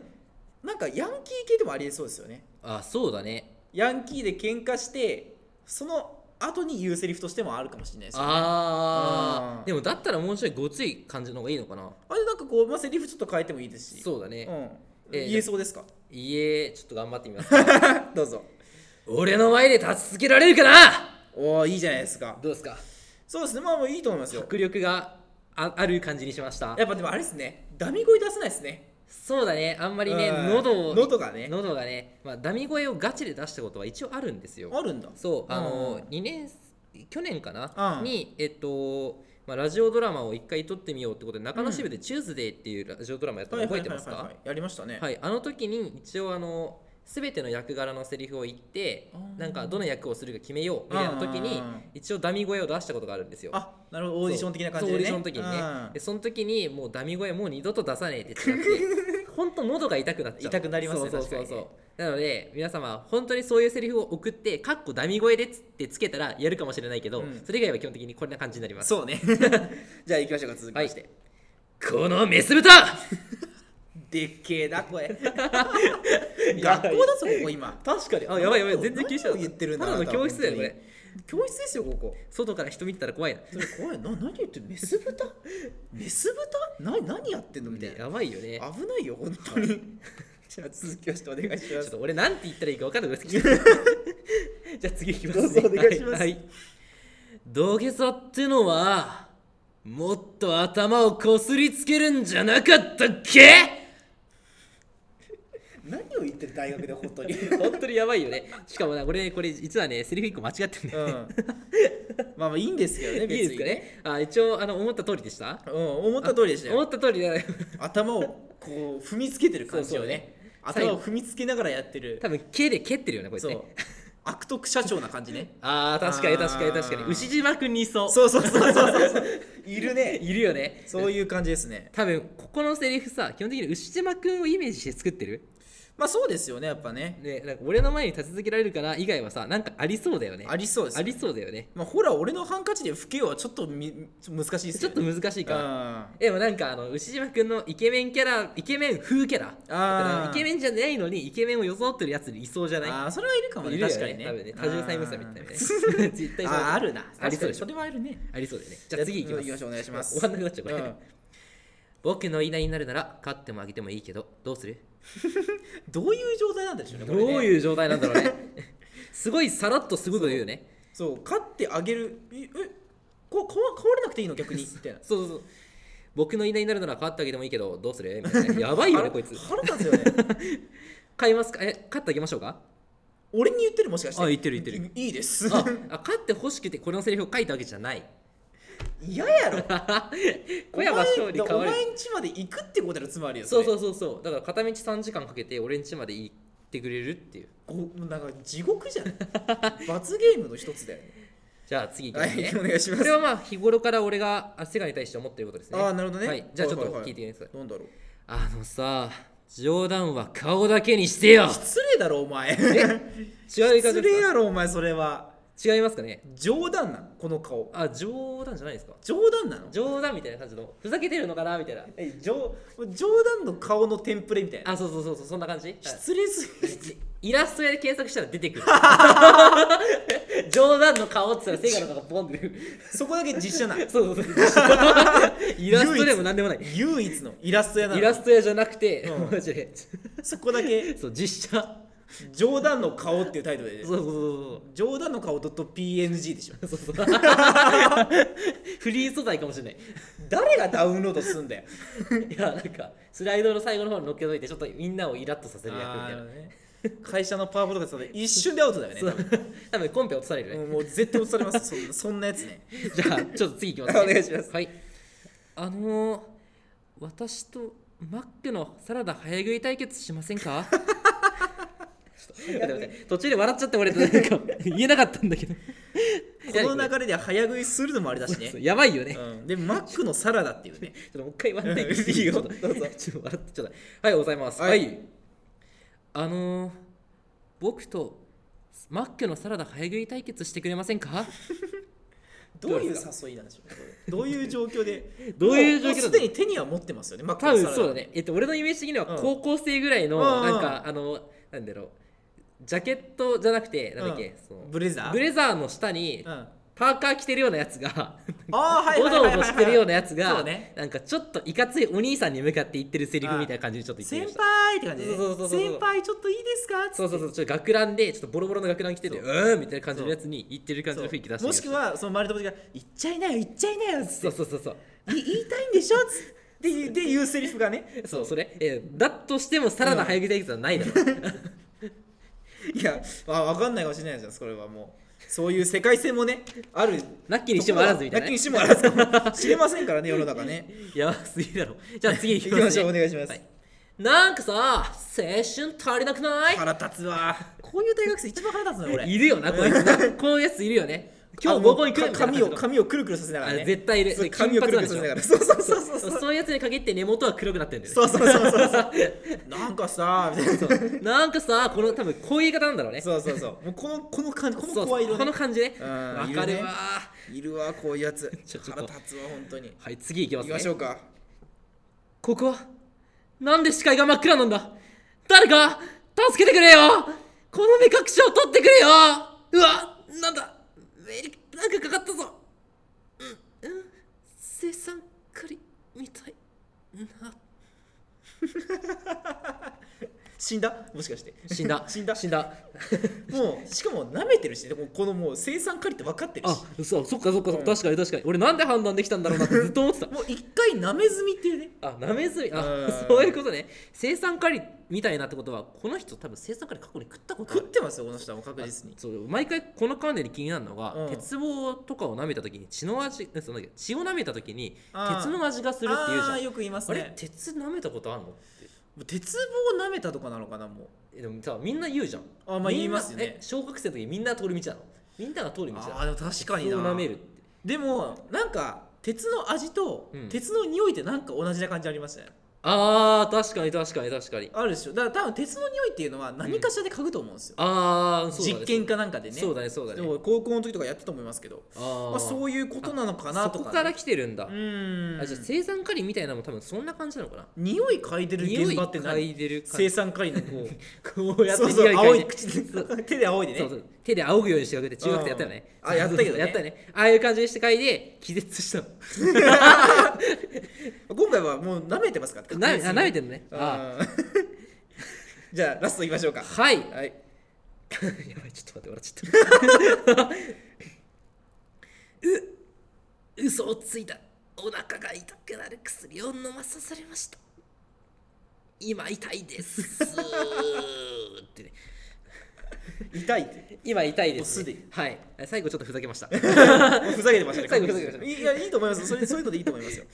[SPEAKER 2] なんかヤンキー系でもありえそうですよね。
[SPEAKER 1] あ、そうだね。
[SPEAKER 2] ヤンキーで喧嘩してその後に言うセリフとしてもあるかもしれないですよね
[SPEAKER 1] あ
[SPEAKER 2] うん
[SPEAKER 1] ーでもだったらもうちょいごつい感じの方がいいのかな
[SPEAKER 2] あれなんかこう、まあ、セリフちょっと変えてもいいですしう、
[SPEAKER 1] そうだね、
[SPEAKER 2] ん
[SPEAKER 1] えー
[SPEAKER 2] 言えそうですか
[SPEAKER 1] いえちょっと頑張ってみます
[SPEAKER 2] どうぞ
[SPEAKER 1] 俺の前で立ち続けられるかな
[SPEAKER 2] おおいいじゃないですか
[SPEAKER 1] どうですか
[SPEAKER 2] そうですねまあもういいと思いますよ
[SPEAKER 1] 迫力があある感じにしました
[SPEAKER 2] やっぱでもあれですねダミ声出せないですね
[SPEAKER 1] そうだねあんまりね
[SPEAKER 2] うん
[SPEAKER 1] 喉を
[SPEAKER 2] 喉がね
[SPEAKER 1] 喉がね、まあ、ダミ声をガチで出したことは一応あるんですよ
[SPEAKER 2] あるんだ
[SPEAKER 1] そうあ
[SPEAKER 2] う
[SPEAKER 1] の
[SPEAKER 2] ん
[SPEAKER 1] 2年去年かな、
[SPEAKER 2] うん
[SPEAKER 1] にえっとまあ、ラジオドラマを1回撮ってみようってことで中野支部で「チューズデーっていうラジオドラマやったの覚えてますか、
[SPEAKER 2] はいはいはいはいやりましたね、
[SPEAKER 1] はい、あの時に一応あの全ての役柄のセリフを言って
[SPEAKER 2] あー
[SPEAKER 1] なんかどの役をするか決めようみたいな時に
[SPEAKER 2] うんうんうん
[SPEAKER 1] 一応ダミ声を出したことがあるんですよ。
[SPEAKER 2] あなるほどオーディション的な感じ
[SPEAKER 1] そう
[SPEAKER 2] で、ね、
[SPEAKER 1] そうオーディションの時にね、
[SPEAKER 2] うん
[SPEAKER 1] でその時にもうダミ声もう二度と出さねえって言っちゃって本当喉が痛くなっちゃう
[SPEAKER 2] 痛くなりますね
[SPEAKER 1] そうそうそう
[SPEAKER 2] 確かにね
[SPEAKER 1] なので皆様本当にそういうセリフを送ってかっこダミ声でっつってつけたらやるかもしれないけど、
[SPEAKER 2] うん
[SPEAKER 1] それ以外は基本的にこんな感じになります
[SPEAKER 2] そう ねじゃあ行きましょうか続きま
[SPEAKER 1] はい
[SPEAKER 2] して、
[SPEAKER 1] このメス豚
[SPEAKER 2] でっけえな声 学校だぞここ今
[SPEAKER 1] 確かにあやばいやばい全然気にしてな
[SPEAKER 2] 何を
[SPEAKER 1] かった
[SPEAKER 2] 言ってるんだ
[SPEAKER 1] ただの教室だよこれ
[SPEAKER 2] れ教室ですよここ
[SPEAKER 1] 外から人見てたら怖いな
[SPEAKER 2] それ怖いな何言ってるメス 豚メス豚な何やってんのみたいな
[SPEAKER 1] やばいよね
[SPEAKER 2] 危ないよ本当に じゃあ続きをしてお願いし
[SPEAKER 1] ちょ
[SPEAKER 2] ま
[SPEAKER 1] っ
[SPEAKER 2] す
[SPEAKER 1] と俺なんて言ったらいいか分かんなくなって きたじゃあ次いきます、ね、
[SPEAKER 2] どうぞお願いします
[SPEAKER 1] ははい、土下座ってのはもっと頭をこすりつけるんじゃなかったっけ
[SPEAKER 2] 何を言ってる大学で本当に
[SPEAKER 1] 本当にやばいよねしかもな俺ねこれ実はねセリフ1個間違ってるんだ
[SPEAKER 2] う
[SPEAKER 1] よね、
[SPEAKER 2] んまあまあいいんですけどね
[SPEAKER 1] いい
[SPEAKER 2] 別に
[SPEAKER 1] ですかねあ一応あの思った通りでした
[SPEAKER 2] うん思った通りでした
[SPEAKER 1] 思
[SPEAKER 2] よ
[SPEAKER 1] った通りだね
[SPEAKER 2] 頭をこう踏みつけてる感じ
[SPEAKER 1] そうそ
[SPEAKER 2] を
[SPEAKER 1] う
[SPEAKER 2] ね
[SPEAKER 1] ね
[SPEAKER 2] 頭を踏みつけながらやってる
[SPEAKER 1] 多分毛で蹴ってるよねこいつ
[SPEAKER 2] そ
[SPEAKER 1] ね
[SPEAKER 2] う悪徳社長な感じね
[SPEAKER 1] あー確かに確かに確か
[SPEAKER 2] あ
[SPEAKER 1] に
[SPEAKER 2] ー
[SPEAKER 1] 牛島君にいそう
[SPEAKER 2] そうそうそうそうそうそう いるね
[SPEAKER 1] いるよね
[SPEAKER 2] そういう感じですね
[SPEAKER 1] 多分ここのセリフさ基本的に牛島君をイメージして作ってる
[SPEAKER 2] まあそうですよねやっぱね
[SPEAKER 1] ねなんか俺の前に立ち続けられるかな以外はさなんかありそうだよね
[SPEAKER 2] ありそうです
[SPEAKER 1] あ
[SPEAKER 2] よね
[SPEAKER 1] りそうだよね
[SPEAKER 2] まあ、ほら俺のハンカチで拭けよはちょっとみちょっと難しいです
[SPEAKER 1] ちょ
[SPEAKER 2] よ
[SPEAKER 1] っ
[SPEAKER 2] ね
[SPEAKER 1] と難しいか
[SPEAKER 2] あ
[SPEAKER 1] でもなんかあの牛島君のイケメンキャライケメン風キャラだからイケメンじゃないのにイケメンを装ってるやついそうじゃない
[SPEAKER 2] あーそれはいるかもね
[SPEAKER 1] いるよ
[SPEAKER 2] 確かにね
[SPEAKER 1] 多分ね多重債務者みたいなね絶対
[SPEAKER 2] あ
[SPEAKER 1] そう
[SPEAKER 2] ーあーあるな
[SPEAKER 1] ありそうでしょ
[SPEAKER 2] 確かにそれはあるね
[SPEAKER 1] ありそうだよねじゃあ次いきます
[SPEAKER 2] 行きましょうお願いします
[SPEAKER 1] 終わんなくなっちゃうこれ、
[SPEAKER 2] うん
[SPEAKER 1] 僕のいないになるなら勝ってもあげてもいいけどどうする
[SPEAKER 2] どういう状態なんでしょうね
[SPEAKER 1] どう
[SPEAKER 2] う
[SPEAKER 1] いう状態なんだろうね すごいさらっとすごいこと言うよね
[SPEAKER 2] そう勝ってあげるええここわ変われなくていいの 逆にみたいな
[SPEAKER 1] そうそうそう僕のいないになるなら変わってあげてもいいけどどうするみたいなやば いよね
[SPEAKER 2] 腹
[SPEAKER 1] こいつ
[SPEAKER 2] 腹立つよね
[SPEAKER 1] 買いますかえ買ってあげましょうか
[SPEAKER 2] 俺に言ってるもしかして
[SPEAKER 1] あ言ってる言って
[SPEAKER 2] るいいです
[SPEAKER 1] ああ買って欲しくてこれのセリフを書いたわけじゃない
[SPEAKER 2] 嫌やろ
[SPEAKER 1] 小山勝利
[SPEAKER 2] お前
[SPEAKER 1] 変わ
[SPEAKER 2] お
[SPEAKER 1] る
[SPEAKER 2] 前ん家まで行くってことのつまりよ
[SPEAKER 1] そうそううそうそうだから片道3時間かけて俺ん家まで行ってくれるっていう
[SPEAKER 2] なんか地獄じゃ ん罰ゲームの一つだよね
[SPEAKER 1] じゃあ次いきま
[SPEAKER 2] は
[SPEAKER 1] すね、
[SPEAKER 2] いお願いしま
[SPEAKER 1] こ
[SPEAKER 2] す
[SPEAKER 1] れはまあ日頃から俺があ世界に対して思っていることですね
[SPEAKER 2] ああなるほどね、
[SPEAKER 1] はい、じゃあちょっと
[SPEAKER 2] はは
[SPEAKER 1] 聞いてみてください、
[SPEAKER 2] なんだろう
[SPEAKER 1] あのさ冗談は顔だけにしてよ
[SPEAKER 2] 失礼だろお前
[SPEAKER 1] 違う言い方です
[SPEAKER 2] 失
[SPEAKER 1] か
[SPEAKER 2] 礼やろお前それは
[SPEAKER 1] 違いますかね
[SPEAKER 2] 冗談なのこの顔
[SPEAKER 1] あ冗談じゃないですか
[SPEAKER 2] 冗談なの
[SPEAKER 1] 冗談みたいな感じのふざけてるのかなみたいな
[SPEAKER 2] え冗冗談の顔のテンプレみたいな
[SPEAKER 1] あそうそうそうそうそんな感じ、はい
[SPEAKER 2] 失礼すぎる
[SPEAKER 1] イラスト屋で検索したら出てくる 冗談の顔って言ったらセガの顔がボンって出てくる
[SPEAKER 2] そこだけ実写なの
[SPEAKER 1] そうそうそう イラストでも何でもない
[SPEAKER 2] 唯一のイラスト屋な
[SPEAKER 1] イ
[SPEAKER 2] の
[SPEAKER 1] ラスト屋じゃなくて、
[SPEAKER 2] うん
[SPEAKER 1] マジで
[SPEAKER 2] そこだけ
[SPEAKER 1] そう実写
[SPEAKER 2] 冗談の顔っていうタイトルで
[SPEAKER 1] そうそうそう
[SPEAKER 2] 冗談の顔 .png でしょ
[SPEAKER 1] そうそう そうフリー素材かもしれない
[SPEAKER 2] 誰がダウンロードすんだよ
[SPEAKER 1] いやなんかスライドの最後の方に乗っけといてちょっとみんなをイラッとさせる役み
[SPEAKER 2] あ
[SPEAKER 1] たいな
[SPEAKER 2] ーね会社のパワポとかさ一瞬でアウトだよね
[SPEAKER 1] そう多分コンペ落とされるね、
[SPEAKER 2] もうもう絶対落とされますそんなそんなやつね
[SPEAKER 1] じゃあちょっと次いきます、ね、
[SPEAKER 2] お願いします
[SPEAKER 1] はいあのー、私とマックのサラダ早食い対決しませ んかちょっと待って待って途中で笑っちゃって俺 なんか言えなかったんだけど
[SPEAKER 2] この流れで早食いするのもあれだしね
[SPEAKER 1] そうやばいよね、ちょ
[SPEAKER 2] うんでマックのサラダっていうね
[SPEAKER 1] っともう一回笑って
[SPEAKER 2] うんいいよ
[SPEAKER 1] ちょっと
[SPEAKER 2] どうぞ
[SPEAKER 1] ちょっと笑ってちょっとはいございます
[SPEAKER 2] はい
[SPEAKER 1] あのー、僕とマックのサラダ早食い対決してくれませんか
[SPEAKER 2] どういう誘いなんでしょうねこれどういう状況で
[SPEAKER 1] どういう状況な
[SPEAKER 2] も
[SPEAKER 1] んだ
[SPEAKER 2] すでに手には持ってますよねマック
[SPEAKER 1] 多
[SPEAKER 2] のサ
[SPEAKER 1] 分
[SPEAKER 2] ラダ
[SPEAKER 1] そうだね、えっと、俺のイメージ的には
[SPEAKER 2] うん
[SPEAKER 1] 高校生ぐらいの、
[SPEAKER 2] うんうんうん
[SPEAKER 1] なんかあのなんだろうジャケットじゃなくてなんだっけ、
[SPEAKER 2] うん
[SPEAKER 1] その
[SPEAKER 2] ブレザー
[SPEAKER 1] ブレザーの下に、
[SPEAKER 2] うん、あ
[SPEAKER 1] パーカー着てるようなやつが
[SPEAKER 2] あーはい
[SPEAKER 1] お
[SPEAKER 2] はい
[SPEAKER 1] ど
[SPEAKER 2] は
[SPEAKER 1] お
[SPEAKER 2] いはい、
[SPEAKER 1] ど
[SPEAKER 2] はい、
[SPEAKER 1] してるようなやつ
[SPEAKER 2] そ
[SPEAKER 1] が
[SPEAKER 2] うね
[SPEAKER 1] なんかちょっといかついお兄さんに向かって言ってるセリフみたいな感じにちょっと言ってみ
[SPEAKER 2] 先
[SPEAKER 1] ました
[SPEAKER 2] 輩って感じでね
[SPEAKER 1] そうそうそうそう
[SPEAKER 2] 先輩ちょっといいですか
[SPEAKER 1] そうそうそうちょっと学ランでちょっとボロボロの学ラン着ててう
[SPEAKER 2] そ
[SPEAKER 1] ーんみたいな感じのやつに言ってる感じの雰囲気出してみ
[SPEAKER 2] も
[SPEAKER 1] ま
[SPEAKER 2] しく
[SPEAKER 1] た
[SPEAKER 2] はその周りの友達が「言っちゃいなよ言っちゃいなよ」っつって
[SPEAKER 1] そうそうそうそう
[SPEAKER 2] い言いたいんでしょつってで言うセリフがね
[SPEAKER 1] そうそれ、えーだとしてもサラダ早食い対決はないだろう、
[SPEAKER 2] いやあ分かんないかもしれないじゃんそれはもうそういう世界線もねある
[SPEAKER 1] なっきにしてもあらずみたいな
[SPEAKER 2] なきにしてもあらずかもしれません からね世の中ね
[SPEAKER 1] やばすぎだろじゃあ次
[SPEAKER 2] い
[SPEAKER 1] 行
[SPEAKER 2] き
[SPEAKER 1] きます、ね、
[SPEAKER 2] ましょうお願いします、
[SPEAKER 1] はいなんかさ青春足りなくない
[SPEAKER 2] 腹立つわこういう大学生一番腹立つのよ俺
[SPEAKER 1] いるよなこ いつなこういうやついるよね今
[SPEAKER 2] あ
[SPEAKER 1] 日
[SPEAKER 2] も
[SPEAKER 1] 午
[SPEAKER 2] う
[SPEAKER 1] 後行く
[SPEAKER 2] か
[SPEAKER 1] みたいな
[SPEAKER 2] 髪を
[SPEAKER 1] 感じの
[SPEAKER 2] 髪をくるくるさせながら、ね、
[SPEAKER 1] あ絶対いる
[SPEAKER 2] そう
[SPEAKER 1] で
[SPEAKER 2] 髪をくるくるさせながらそうそうそうそうそう
[SPEAKER 1] そういうやつに限って根元は黒くなってるんだよ
[SPEAKER 2] そう
[SPEAKER 1] ね
[SPEAKER 2] そうそうそうそうなんかさみたいなそう
[SPEAKER 1] なんかさこの多分こういう言い方なんだろうね
[SPEAKER 2] そうそうそうもうこのこの感じこ
[SPEAKER 1] そ
[SPEAKER 2] の
[SPEAKER 1] う
[SPEAKER 2] 声色、ね、
[SPEAKER 1] この感じね
[SPEAKER 2] うん
[SPEAKER 1] わか
[SPEAKER 2] い
[SPEAKER 1] る
[SPEAKER 2] るね
[SPEAKER 1] わ
[SPEAKER 2] いるわこういうやつ
[SPEAKER 1] ちょちょっ
[SPEAKER 2] 腹
[SPEAKER 1] と
[SPEAKER 2] 立つわ本当に
[SPEAKER 1] はい次行き
[SPEAKER 2] 行
[SPEAKER 1] ます
[SPEAKER 2] き
[SPEAKER 1] ね
[SPEAKER 2] ましょうか
[SPEAKER 1] ここなんで視界が真っ暗なんだ誰か助けてくれよこの目隠しを取ってくれようわなんだ目になんかかかったぞうんうん生産カリみたいな
[SPEAKER 2] 死んだもしかして
[SPEAKER 1] 死んだ
[SPEAKER 2] 死んだ
[SPEAKER 1] 死んだ
[SPEAKER 2] もうしかも舐めてるしねもうこのもう生産狩りって分かってるし
[SPEAKER 1] あそうそっかそっか、
[SPEAKER 2] うん
[SPEAKER 1] 確かに確かに俺なんで判断できたんだろうなってずっと思って た
[SPEAKER 2] もう一回舐め済みっていうね
[SPEAKER 1] あなめずみあ
[SPEAKER 2] うん
[SPEAKER 1] そういうことね生産カリみたいなってことはこの人多分生産カリ過去に食ったことあ
[SPEAKER 2] 食
[SPEAKER 1] る
[SPEAKER 2] ってますよこの人はもう確実に
[SPEAKER 1] そう毎回この観点で気になるのが、
[SPEAKER 2] うん
[SPEAKER 1] 鉄棒とかを舐めた時に血の味えその血を舐めた時に
[SPEAKER 2] あー
[SPEAKER 1] 鉄の味がするっていうじゃん
[SPEAKER 2] あ
[SPEAKER 1] あ,、
[SPEAKER 2] ーよく言います
[SPEAKER 1] れ
[SPEAKER 2] ね
[SPEAKER 1] 鉄舐めたことあるのって
[SPEAKER 2] 鉄棒舐めたとかなのかなもう
[SPEAKER 1] えでもさみんな言うじゃん
[SPEAKER 2] あまあ
[SPEAKER 1] みんな
[SPEAKER 2] 言いますよね
[SPEAKER 1] え小学生の時みんな通る道なのみんなが通る道
[SPEAKER 2] あ
[SPEAKER 1] な
[SPEAKER 2] ー
[SPEAKER 1] の
[SPEAKER 2] でも確かに
[SPEAKER 1] 鉄
[SPEAKER 2] な
[SPEAKER 1] を舐めるって
[SPEAKER 2] でもなんか鉄の味と
[SPEAKER 1] うん
[SPEAKER 2] 鉄の匂いってなんか同じな感じありますね、
[SPEAKER 1] あー確かに確かに確かに
[SPEAKER 2] あるでしょだから多分鉄の匂いっていうのは何かしらで嗅ぐと思うんですよ、
[SPEAKER 1] ああそうだね
[SPEAKER 2] 実験かなんかでね
[SPEAKER 1] そうだねそうだね
[SPEAKER 2] でも高校の時とかやってたと思いますけど
[SPEAKER 1] あー、
[SPEAKER 2] まあ、そういうことなのかなと
[SPEAKER 1] そ
[SPEAKER 2] か、
[SPEAKER 1] こから来てるんだ、
[SPEAKER 2] うーん
[SPEAKER 1] あじゃあ生産カリみたいなのも多分そんな感じなのかな
[SPEAKER 2] 匂い嗅いでる
[SPEAKER 1] 匂
[SPEAKER 2] 現
[SPEAKER 1] い
[SPEAKER 2] 場って
[SPEAKER 1] 嗅
[SPEAKER 2] 何
[SPEAKER 1] いでる感
[SPEAKER 2] 生
[SPEAKER 1] じ
[SPEAKER 2] 産会の こう
[SPEAKER 1] こうやって
[SPEAKER 2] そうそ
[SPEAKER 1] 匂
[SPEAKER 2] う
[SPEAKER 1] い
[SPEAKER 2] 青
[SPEAKER 1] 嗅い
[SPEAKER 2] い
[SPEAKER 1] で
[SPEAKER 2] 口で手で仰いでね
[SPEAKER 1] そうそう手で仰ぐようにしてあげて中学生やったよね、
[SPEAKER 2] うんあやったけどね
[SPEAKER 1] やったよねああいう感じにして嗅いで気絶 したの
[SPEAKER 2] 今回はもう舐めてますから
[SPEAKER 1] なあ舐めて
[SPEAKER 2] る
[SPEAKER 1] るのねあ
[SPEAKER 2] あ じゃあラストいきましょうか
[SPEAKER 1] はいや
[SPEAKER 2] はい
[SPEAKER 1] ばいちょっと待って笑っちゃった う嘘をついたお腹が痛くなる薬を飲まさされました今痛いですってね
[SPEAKER 2] 痛いって
[SPEAKER 1] 今痛いです,、
[SPEAKER 2] もうすでに
[SPEAKER 1] はい最後ちょっとふざけました
[SPEAKER 2] もうふざけてましたね
[SPEAKER 1] 最後ふざけてま
[SPEAKER 2] いやいいと思いますそれそういうのでいいと思いますよ